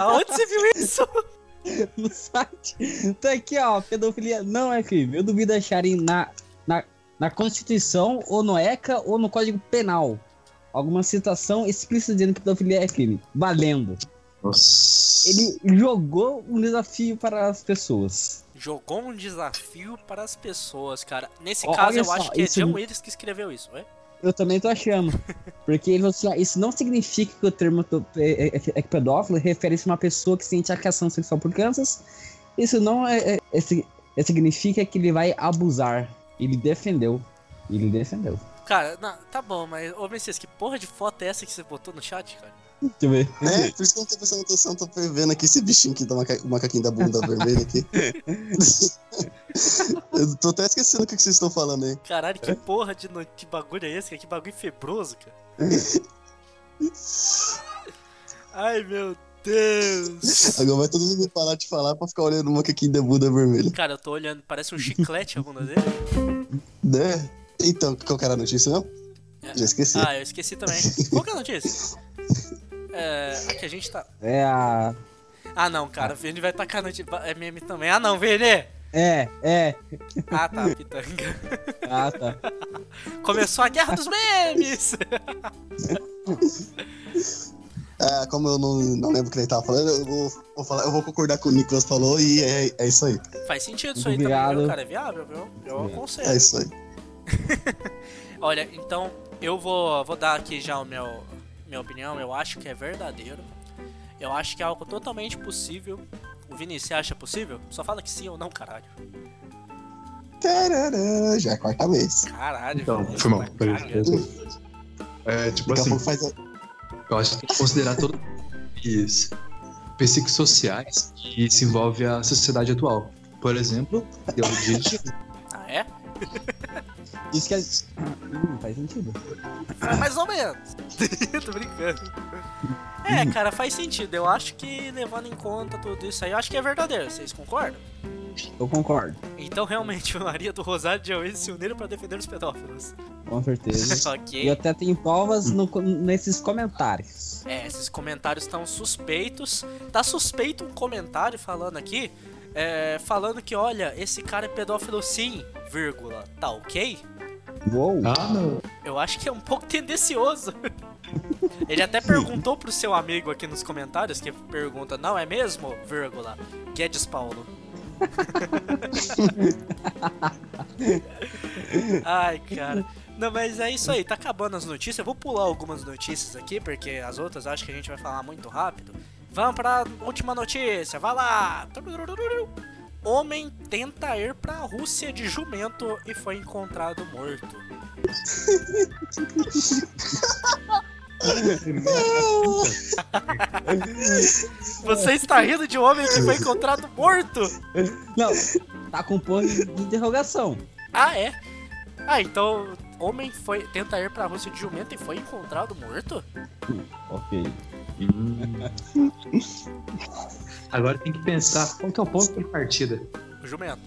Speaker 5: Aonde você viu isso?
Speaker 4: no site. Tá aqui, ó. Pedofilia não é crime. Eu duvido acharem na, na, na Constituição, ou no ECA, ou no Código Penal. Alguma citação explícita dizendo que pedofilia é crime. Valendo.
Speaker 3: Nossa.
Speaker 4: Ele jogou um desafio para as pessoas.
Speaker 5: Jogou um desafio para as pessoas, cara. Nesse
Speaker 4: Ó,
Speaker 5: caso,
Speaker 4: olha
Speaker 5: eu
Speaker 4: só,
Speaker 5: acho que é
Speaker 4: isso
Speaker 5: John
Speaker 4: não-
Speaker 5: Willis que escreveu isso, ué?
Speaker 4: Eu também tô achando. Porque ele falou assim, ó, isso não significa que o termo to- é, é- é- é pedófilo refere-se a uma pessoa que sente atração sexual por crianças. Isso não é, é- é si- é significa que ele vai abusar. Ele defendeu. Ele defendeu.
Speaker 5: Cara, não, tá bom, mas, ô Messias, que porra de foto é essa que você botou no chat, cara?
Speaker 4: Deixa eu ver.
Speaker 6: É, por isso que eu não tô prestando atenção, tô vendo aqui esse bichinho que dá maca... o macaquinho da bunda vermelha aqui. eu tô até esquecendo o que que vocês estão falando aí.
Speaker 5: Caralho, que porra de, no... de bagulho é esse, cara? Que bagulho febroso, cara. Ai, meu Deus.
Speaker 6: Agora vai todo mundo parar de falar pra ficar olhando o macaquinho da bunda vermelha.
Speaker 5: Cara, eu tô olhando, parece um chiclete a bunda dele.
Speaker 6: Né? Então, qual que era a notícia, não? Já esqueci.
Speaker 5: Ah, eu esqueci também. Qual que é a notícia? É, aqui a gente tá...
Speaker 4: É a.
Speaker 5: Ah, não, cara, o Vini vai tacar notícia... É meme também. Ah, não, Vini!
Speaker 4: É, é.
Speaker 5: Ah, tá, pitanga.
Speaker 4: Ah, tá.
Speaker 5: Começou a guerra dos memes!
Speaker 6: Ah, como eu não, não lembro o que ele tava falando, eu vou, vou falar, eu vou concordar com o Nicolas falou e é, é isso aí.
Speaker 5: Faz sentido isso aí também,
Speaker 4: Obrigado.
Speaker 5: viu, cara? É viável, viu? Eu aconselho.
Speaker 6: É isso aí.
Speaker 5: Olha, então eu vou, vou dar aqui já o meu, minha opinião, eu acho que é verdadeiro. Eu acho que é algo totalmente possível. O Vini, você acha possível? Só fala que sim ou não, caralho.
Speaker 6: Tarará, já é a quarta vez.
Speaker 5: Caralho,
Speaker 3: Então,
Speaker 5: Vini,
Speaker 3: foi mal.
Speaker 5: tá cagando.
Speaker 3: É, tipo
Speaker 6: Daqui a
Speaker 3: assim,
Speaker 6: pouco faz. a-
Speaker 3: eu acho que tem que considerar todos os psicos sociais que se envolve a sociedade atual. Por exemplo, ideologia.
Speaker 5: Ah, é?
Speaker 4: Diz que. a- Hum, faz sentido.
Speaker 5: Ah, Mais ou menos. Tô brincando. É, cara, faz sentido. Eu acho que levando em conta tudo isso aí, eu acho que é verdadeiro. Vocês concordam?
Speaker 4: Eu concordo.
Speaker 5: Então, realmente, Maria do Rosário de Alves se uniram pra defender os pedófilos.
Speaker 4: Com certeza.
Speaker 5: Ok.
Speaker 4: E até tem provas no- nesses comentários.
Speaker 5: É, esses comentários estão suspeitos. Tá suspeito um comentário falando aqui, é, falando que, olha, esse cara é pedófilo sim, vírgula, tá ok?
Speaker 4: Uou!
Speaker 3: Ah, não.
Speaker 5: Eu acho que é um pouco tendencioso. Ele até perguntou pro seu amigo aqui nos comentários, que pergunta, não é mesmo, vírgula, Guedes Paulo. Ai, cara. Não, mas é isso aí, tá acabando as notícias. Eu vou pular algumas notícias aqui, porque as outras acho que a gente vai falar muito rápido. Vamos pra última notícia, vai lá! Homem tenta ir pra Rússia de jumento e foi encontrado morto. Você está rindo de um homem que foi encontrado morto?
Speaker 4: Não, tá com ponto de interrogação.
Speaker 5: Ah, é? Ah, então homem foi tenta ir pra Rússia de jumento e foi encontrado morto?
Speaker 4: Ok.
Speaker 3: Hum. Agora tem que pensar qual que é o ponto de partida.
Speaker 5: Jumento.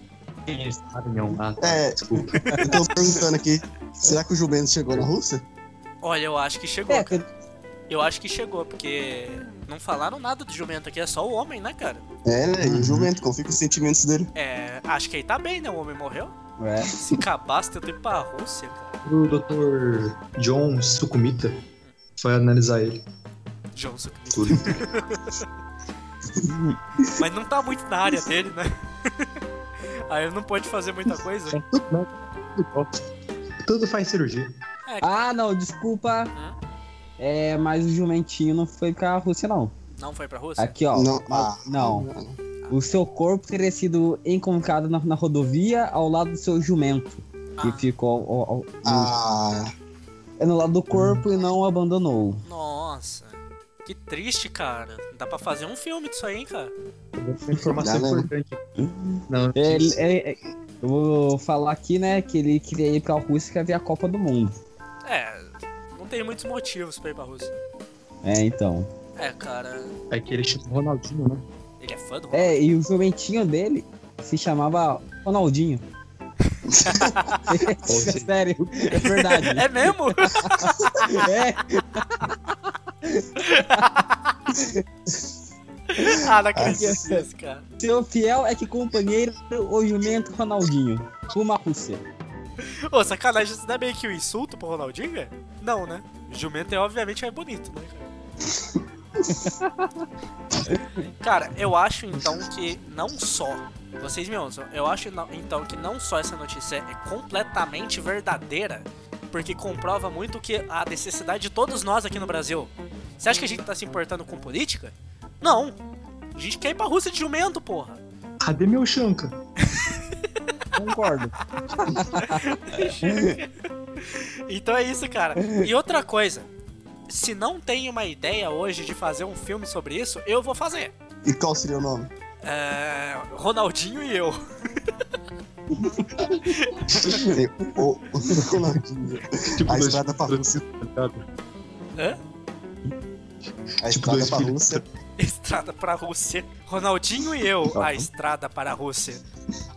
Speaker 3: Quem é esse caminhão? Ah, tá,
Speaker 6: É,
Speaker 3: desculpa.
Speaker 6: eu tô perguntando aqui. Será que o jumento chegou na Rússia?
Speaker 5: Olha, eu acho que chegou.
Speaker 4: É,
Speaker 5: cara. Eu acho que chegou, porque não falaram nada do jumento aqui, é só o homem, né, cara?
Speaker 6: É, né? E o jumento, como fica os sentimentos dele?
Speaker 5: É, acho que aí tá bem, né? O homem morreu.
Speaker 4: é.
Speaker 5: Se cabasse, tentou ir pra Rússia, cara.
Speaker 3: O Dr. John Sukumita foi analisar ele.
Speaker 5: Johnson. Mas não tá muito na área dele, né? aí ele não pode fazer muita coisa.
Speaker 3: Tudo bom, tudo bom. Tudo faz cirurgia.
Speaker 4: Ah, não, desculpa. É, mas o jumentinho não foi pra Rússia, não.
Speaker 5: Não foi pra Rússia?
Speaker 4: Aqui, ó.
Speaker 6: Não, ah,
Speaker 4: não. O seu corpo teria sido encontrado na, na rodovia ao lado do seu jumento. Que
Speaker 5: Ah.
Speaker 4: ficou ao- ao- no-
Speaker 6: Ah,
Speaker 4: é no lado do corpo e não o abandonou.
Speaker 5: Nossa, que triste, cara. Dá pra fazer um filme disso aí, hein, cara.
Speaker 3: Uma informação
Speaker 6: Não, não.
Speaker 3: importante. Não,
Speaker 4: Ele, é- é- eu vou falar aqui, né, que ele queria ir pra Rússia e quer ver a Copa do Mundo.
Speaker 5: É, não tem muitos motivos pra ir pra Rússia.
Speaker 4: É, então.
Speaker 5: É, cara,
Speaker 3: é que ele chama o Ronaldinho, né?
Speaker 5: ele é fã do Ronaldo.
Speaker 4: É, e o jumentinho dele se chamava Ronaldinho.
Speaker 3: seja-
Speaker 4: Sério, é verdade.
Speaker 5: É mesmo?
Speaker 4: É,
Speaker 5: ah, não acredito nisso, cara.
Speaker 4: seu fiel é que companheiro o jumento Ronaldinho. Uma Rússia.
Speaker 5: Ô, sacanagem, isso não é meio que um insulto pro Ronaldinho, velho? Não, né? O jumento é obviamente mais bonito, né, cara? cara, eu acho então que não só. Vocês me ouçam, eu acho não- então que não só essa notícia é completamente verdadeira, porque comprova muito que a necessidade de todos nós aqui no Brasil. Você acha que a gente tá se importando com política? Não! A gente quer ir pra Rússia de jumento, porra!
Speaker 3: Cadê meu Shanka?
Speaker 4: Concordo.
Speaker 5: Então é isso, cara. E outra coisa, se não tem uma ideia hoje de fazer um filme sobre isso, eu vou fazer.
Speaker 6: e qual seria o nome?
Speaker 5: É, Ronaldinho e eu.
Speaker 6: o, o Ronaldinho.
Speaker 3: Tipo,
Speaker 6: A
Speaker 3: dois-
Speaker 6: estrada pra Rússia.
Speaker 5: Hã?
Speaker 6: A
Speaker 3: Tipo,
Speaker 6: estrada
Speaker 3: dois
Speaker 6: pra
Speaker 3: filhos.
Speaker 6: Rússia.
Speaker 5: Estrada para a Rússia. Ronaldinho e eu, a estrada para a Rússia.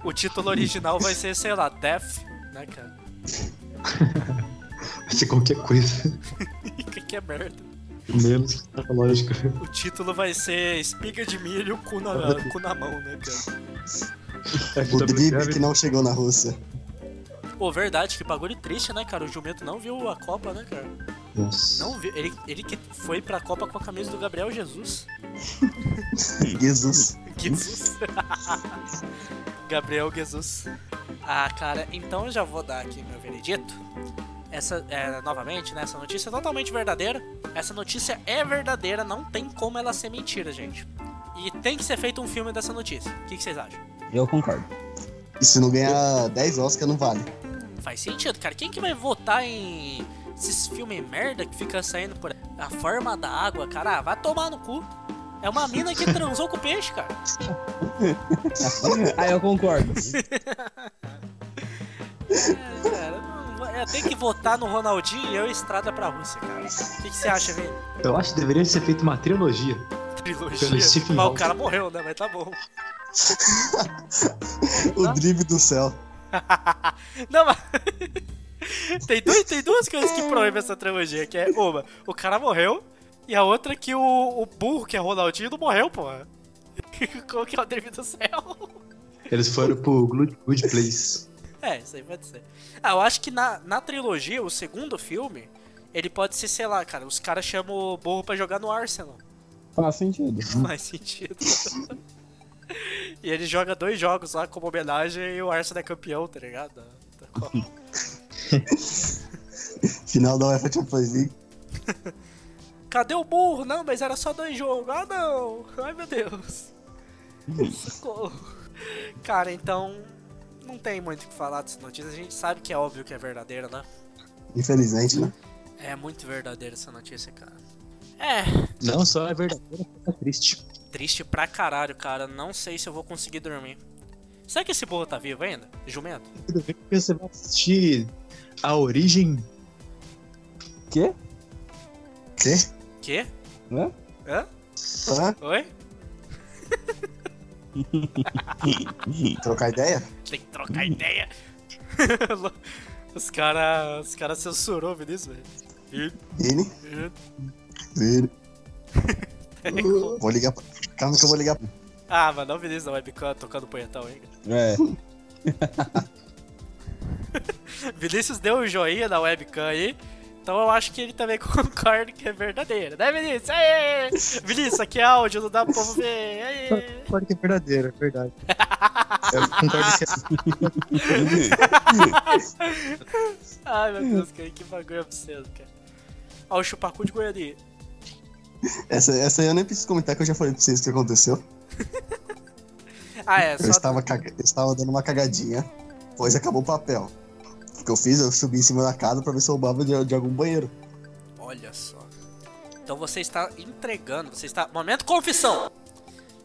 Speaker 5: O título original vai ser, sei lá, Death, né, cara?
Speaker 3: Vai ser qualquer coisa.
Speaker 5: que, que é merda.
Speaker 3: Menos é que a lógica.
Speaker 5: O título vai ser Espiga de Milho, cu na, cu na mão, né, cara?
Speaker 3: É
Speaker 6: O Bibi
Speaker 3: WTF.
Speaker 6: que não chegou na Rússia.
Speaker 5: Pô, verdade, que bagulho triste, né, cara? O Jumento não viu a Copa, né, cara?
Speaker 3: Nossa.
Speaker 5: Não viu. Ele, ele que foi pra Copa com a camisa do Gabriel Jesus.
Speaker 6: Jesus.
Speaker 5: Jesus. Gabriel Jesus. Ah, cara, então eu já vou dar aqui meu veredito. essa, é, novamente, né, essa notícia é totalmente verdadeira. Essa notícia é verdadeira, não tem como ela ser mentira, gente. E tem que ser feito um filme dessa notícia. O que, que vocês acham?
Speaker 4: Eu concordo.
Speaker 6: E se não ganhar 10 Oscars, não vale.
Speaker 5: Faz sentido, cara. Quem que vai votar em esses filmes merda que fica saindo por aí? A forma da água, cara, ah, vai tomar no cu. É uma mina que transou com o peixe, cara.
Speaker 4: Ah, eu concordo.
Speaker 5: É, cara, não- é, tem que votar no Ronaldinho e eu estrada pra Rússia, cara. O que, que você acha, velho?
Speaker 3: Eu acho que deveria ser feita uma trilogia.
Speaker 5: Trilogia.
Speaker 3: Pelo Stephen
Speaker 5: Mas o
Speaker 3: Hawking.
Speaker 5: cara morreu, né? Mas tá bom.
Speaker 6: O drible do céu.
Speaker 5: Não, mas. tem, duas, tem duas coisas que proíbem essa trilogia, que é uma, o cara morreu, e a outra que o, o burro, que é Ronaldinho, não morreu, porra. Como que é o Drive do Céu?
Speaker 3: Eles foram pro Good, Good Place.
Speaker 5: É, isso aí pode ser. Ah, eu acho que na, na trilogia, o segundo filme, ele pode ser, sei lá, cara, os caras chamam o burro pra jogar no Arsenal.
Speaker 4: Faz sentido.
Speaker 5: Faz sentido. e ele joga dois jogos lá como homenagem e o Arsenal é campeão, tá ligado? Da- da Copa.
Speaker 6: Final da UEFA Champions League.
Speaker 5: Cadê o burro? Não, mas era só dois jogos. Ah, não! Ai, meu Deus. Socorro. Cara, então. Não tem muito o que falar dessa notícia. A gente sabe que é óbvio que é verdadeira, né?
Speaker 6: Infelizmente, né?
Speaker 5: É muito verdadeira essa notícia, cara. É,
Speaker 3: Não só é verdadeira, é triste.
Speaker 5: triste pra caralho, cara. Não sei se eu vou conseguir dormir. Será que esse burro tá vivo ainda? Jumento?
Speaker 3: Tudo bem que você vai assistir a origem.
Speaker 4: Quê?
Speaker 6: Quê?
Speaker 5: Quê?
Speaker 4: Hã?
Speaker 5: Hã?
Speaker 6: Hã?
Speaker 5: Oi?
Speaker 6: Trocar ideia?
Speaker 5: Tem que trocar ideia. os cara, os cara censurou o Vinícius, velho.
Speaker 6: Vini?
Speaker 5: Ih, ih.
Speaker 6: Vini. Vou ligar pra... Calma que eu vou ligar. pra-
Speaker 5: Ah, mas não o Vinícius da webcam tocando punhetão ainda.
Speaker 4: É.
Speaker 5: Vinícius deu um joinha na webcam aí. Então eu acho que ele também concorda que é verdadeiro, né, Vinícius? Aê! Vinícius, aqui é áudio, não dá pro povo ver. Aê!
Speaker 3: Claro que é verdadeira, é verdade. Eu concordo que é
Speaker 5: Ai, meu Deus, cara, que bagulho absurdo, cara. Ó, o chupacu de Goiânia.
Speaker 6: Essa, essa aí eu nem preciso comentar que eu já falei pra vocês o que aconteceu.
Speaker 5: Ah, é,
Speaker 6: Eu
Speaker 5: só.
Speaker 6: estava, caga- eu estava dando uma cagadinha, pois acabou o papel. O que eu fiz? Eu subi em cima da casa pra ver se eu roubava de, de algum banheiro.
Speaker 5: Olha só. Então você está entregando, você está. Momento confissão!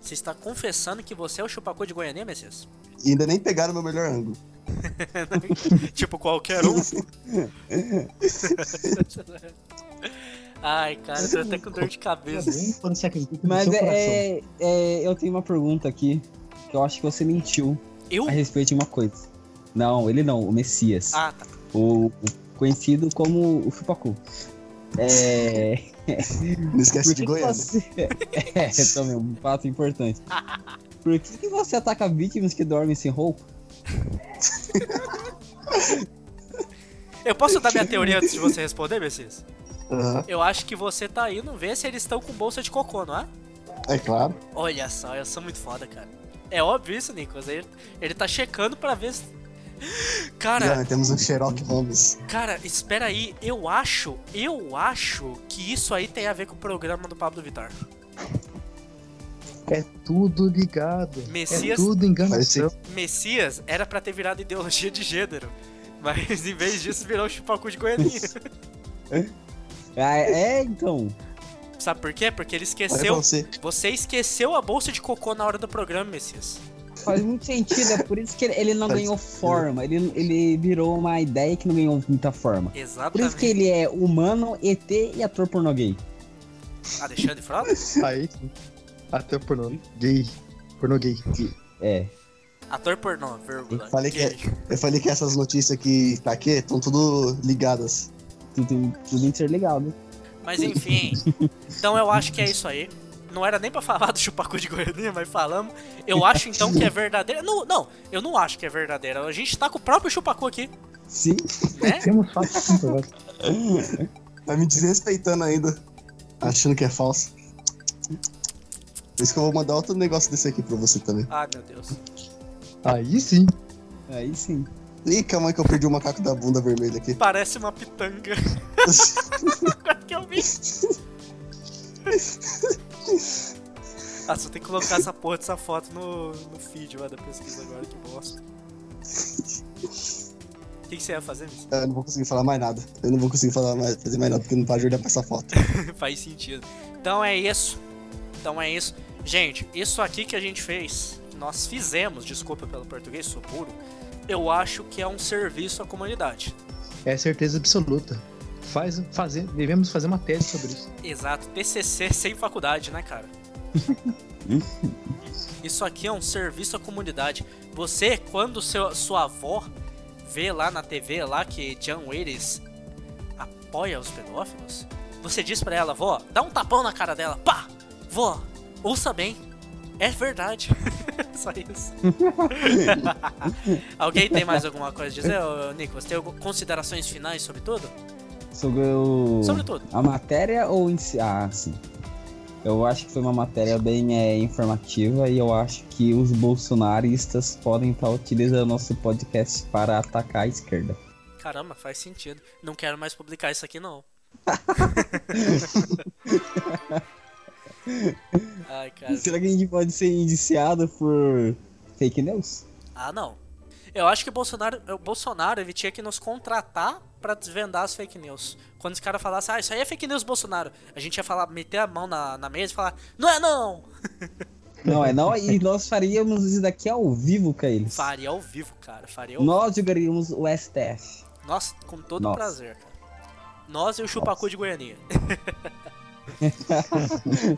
Speaker 5: Você está confessando que você é o chupacu de Goiânia, Messias?
Speaker 6: E ainda nem pegaram meu melhor ângulo.
Speaker 5: tipo qualquer um. Ai, cara, eu tô até com dor de cabeça.
Speaker 3: quando você acredita no
Speaker 4: Mas
Speaker 3: seu coração.
Speaker 4: é, é- é, eu tenho uma pergunta aqui que eu acho que você mentiu
Speaker 5: Eu?
Speaker 4: a respeito de uma coisa. Não, ele não, o Messias.
Speaker 5: Ah, tá.
Speaker 4: O, o conhecido como o Chupacu. É.
Speaker 6: Não esquece
Speaker 4: Por que,
Speaker 6: de
Speaker 4: que
Speaker 6: Goiânia.
Speaker 4: você. é, também, um fato importante. Por que, que você ataca vítimas que dormem sem roupa?
Speaker 5: Eu posso dar minha teoria antes de você responder, Messias?
Speaker 6: Aham,
Speaker 5: Eu acho que você tá indo ver se eles estão com bolsa de cocô, não é?
Speaker 6: é claro.
Speaker 5: Olha só, eu sou muito foda, cara. É óbvio isso, Nicolas. Ele, ele tá checando pra ver se. Cara,
Speaker 6: Goiânia, temos um Sherlock Holmes.
Speaker 5: Cara, espera aí, eu acho, eu acho que isso aí tem a ver com o programa do Pablo Vittar.
Speaker 3: É tudo ligado.
Speaker 5: Messias-
Speaker 3: É tudo
Speaker 6: Parece-
Speaker 3: enganação.
Speaker 5: Messias era pra ter virado ideologia de gênero, mas em vez disso virou chupacu de Goianinha.
Speaker 4: Ah, é, então.
Speaker 5: Sabe por quê? Porque ele
Speaker 6: Olha pra
Speaker 5: esqueceu.
Speaker 6: você.
Speaker 5: Você esqueceu a bolsa de cocô na hora do programa, Messias.
Speaker 4: Faz muito sentido, é por isso que ele, ele não
Speaker 6: Faz
Speaker 4: ganhou
Speaker 6: sentido.
Speaker 4: forma. Ele, ele virou uma ideia que não ganhou muita forma. Por isso
Speaker 5: Exatamente.
Speaker 4: que ele é humano, ET e ator pornô gay.
Speaker 5: Alexandre Frota?
Speaker 3: Aí sim. Até o pornô gay. Pornô gay.
Speaker 4: É.
Speaker 5: Ator pornô, vírgula.
Speaker 6: Eu falei que-
Speaker 5: Gay.
Speaker 6: Eu falei que essas notícias que tá aqui estão tudo ligadas.
Speaker 4: Tudo, tudo interligado.
Speaker 5: Mas enfim, então eu acho que é isso aí. Não era nem pra falar do chupacu de Goiânia, mas falamos. Eu acho então que é verdadeira. Não, não, eu não acho que é verdadeira. A gente tá com o próprio chupacu aqui,
Speaker 4: Sim.
Speaker 5: né?
Speaker 3: Temos fatos comprovados.
Speaker 6: Tá me desrespeitando ainda, achando que é falso. Por isso que eu vou mandar outro negócio desse aqui pra você também.
Speaker 5: Ah, meu Deus.
Speaker 3: Aí sim.
Speaker 4: Aí sim.
Speaker 6: Ih, calma aí que eu perdi o macaco da bunda vermelha aqui.
Speaker 5: Parece uma pitanga. Quase que eu vi. Ah, só tem que colocar essa porra dessa foto no, no feed lá da pesquisa agora, que bosta. O que, que você ia fazer, Miss?
Speaker 6: Ah, Eu não vou conseguir falar mais nada. Eu não vou conseguir falar mais, fazer mais nada, porque não pode olhar pra essa foto.
Speaker 5: Faz sentido. Então é isso. Então é isso. Gente, isso aqui que a gente fez, que nós fizemos, desculpa pelo português, sou puro, eu acho que é um serviço à comunidade.
Speaker 3: É certeza absoluta. Faz, fazer, devemos fazer uma tese sobre isso.
Speaker 5: Exato, TCC sem faculdade, né, cara? Isso aqui é um serviço à comunidade. Você, quando seu, sua avó vê lá na TV lá que John Willis apoia os pedófilos, você diz pra ela, vó, dá um tapão na cara dela, pá! Vó, ouça bem, é verdade. Só isso. Alguém tem mais alguma coisa a dizer, ô, Nicolas? Tem algum- considerações finais sobre tudo?
Speaker 4: Sobre o.
Speaker 5: Sobre tudo.
Speaker 4: A matéria ou em si? Ah, sim. Eu acho que foi uma matéria bem é, informativa e eu acho que os bolsonaristas podem estar utilizando nosso podcast para atacar a esquerda.
Speaker 5: Caramba, faz sentido. Não quero mais publicar isso aqui, não. Ai, cara.
Speaker 4: Será que a gente pode ser indiciado por fake news?
Speaker 5: Ah, não. Eu acho que o Bolsonaro, o Bolsonaro ele tinha que nos contratar pra desvendar as fake news. Quando os caras falassem, ah, isso aí é fake news, Bolsonaro, a gente ia falar, meter a mão na, na mesa e falar, não é não!
Speaker 4: Não, é não. E nós faríamos isso daqui ao vivo com eles.
Speaker 5: Faria ao vivo, cara. Faria ao
Speaker 4: Nós jogaríamos o STF.
Speaker 5: Nossa, com todo
Speaker 4: Nossa.
Speaker 5: prazer, cara. Nós e o Chupacu de Goianinha.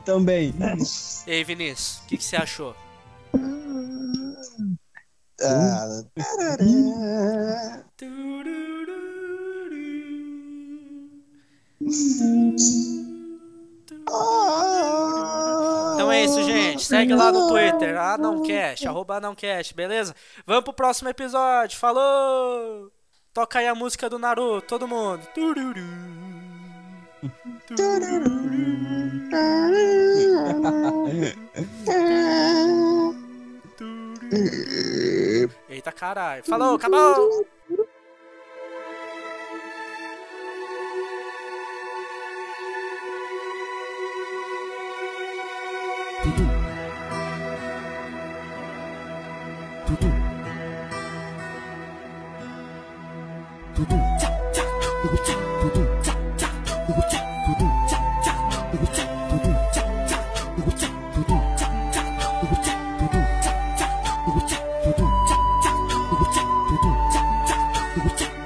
Speaker 4: Também.
Speaker 5: E aí, Vinícius, o que, que você achou?
Speaker 6: Ah, tarará.
Speaker 5: Então é isso, gente. Segue lá no Twitter, anãocast, arroba anãocast, beleza? Vamos pro próximo episódio. Falou! Toca aí a música do Naruto, todo mundo. Tururu. Eita caralho. Falou, acabou!
Speaker 2: Tchau.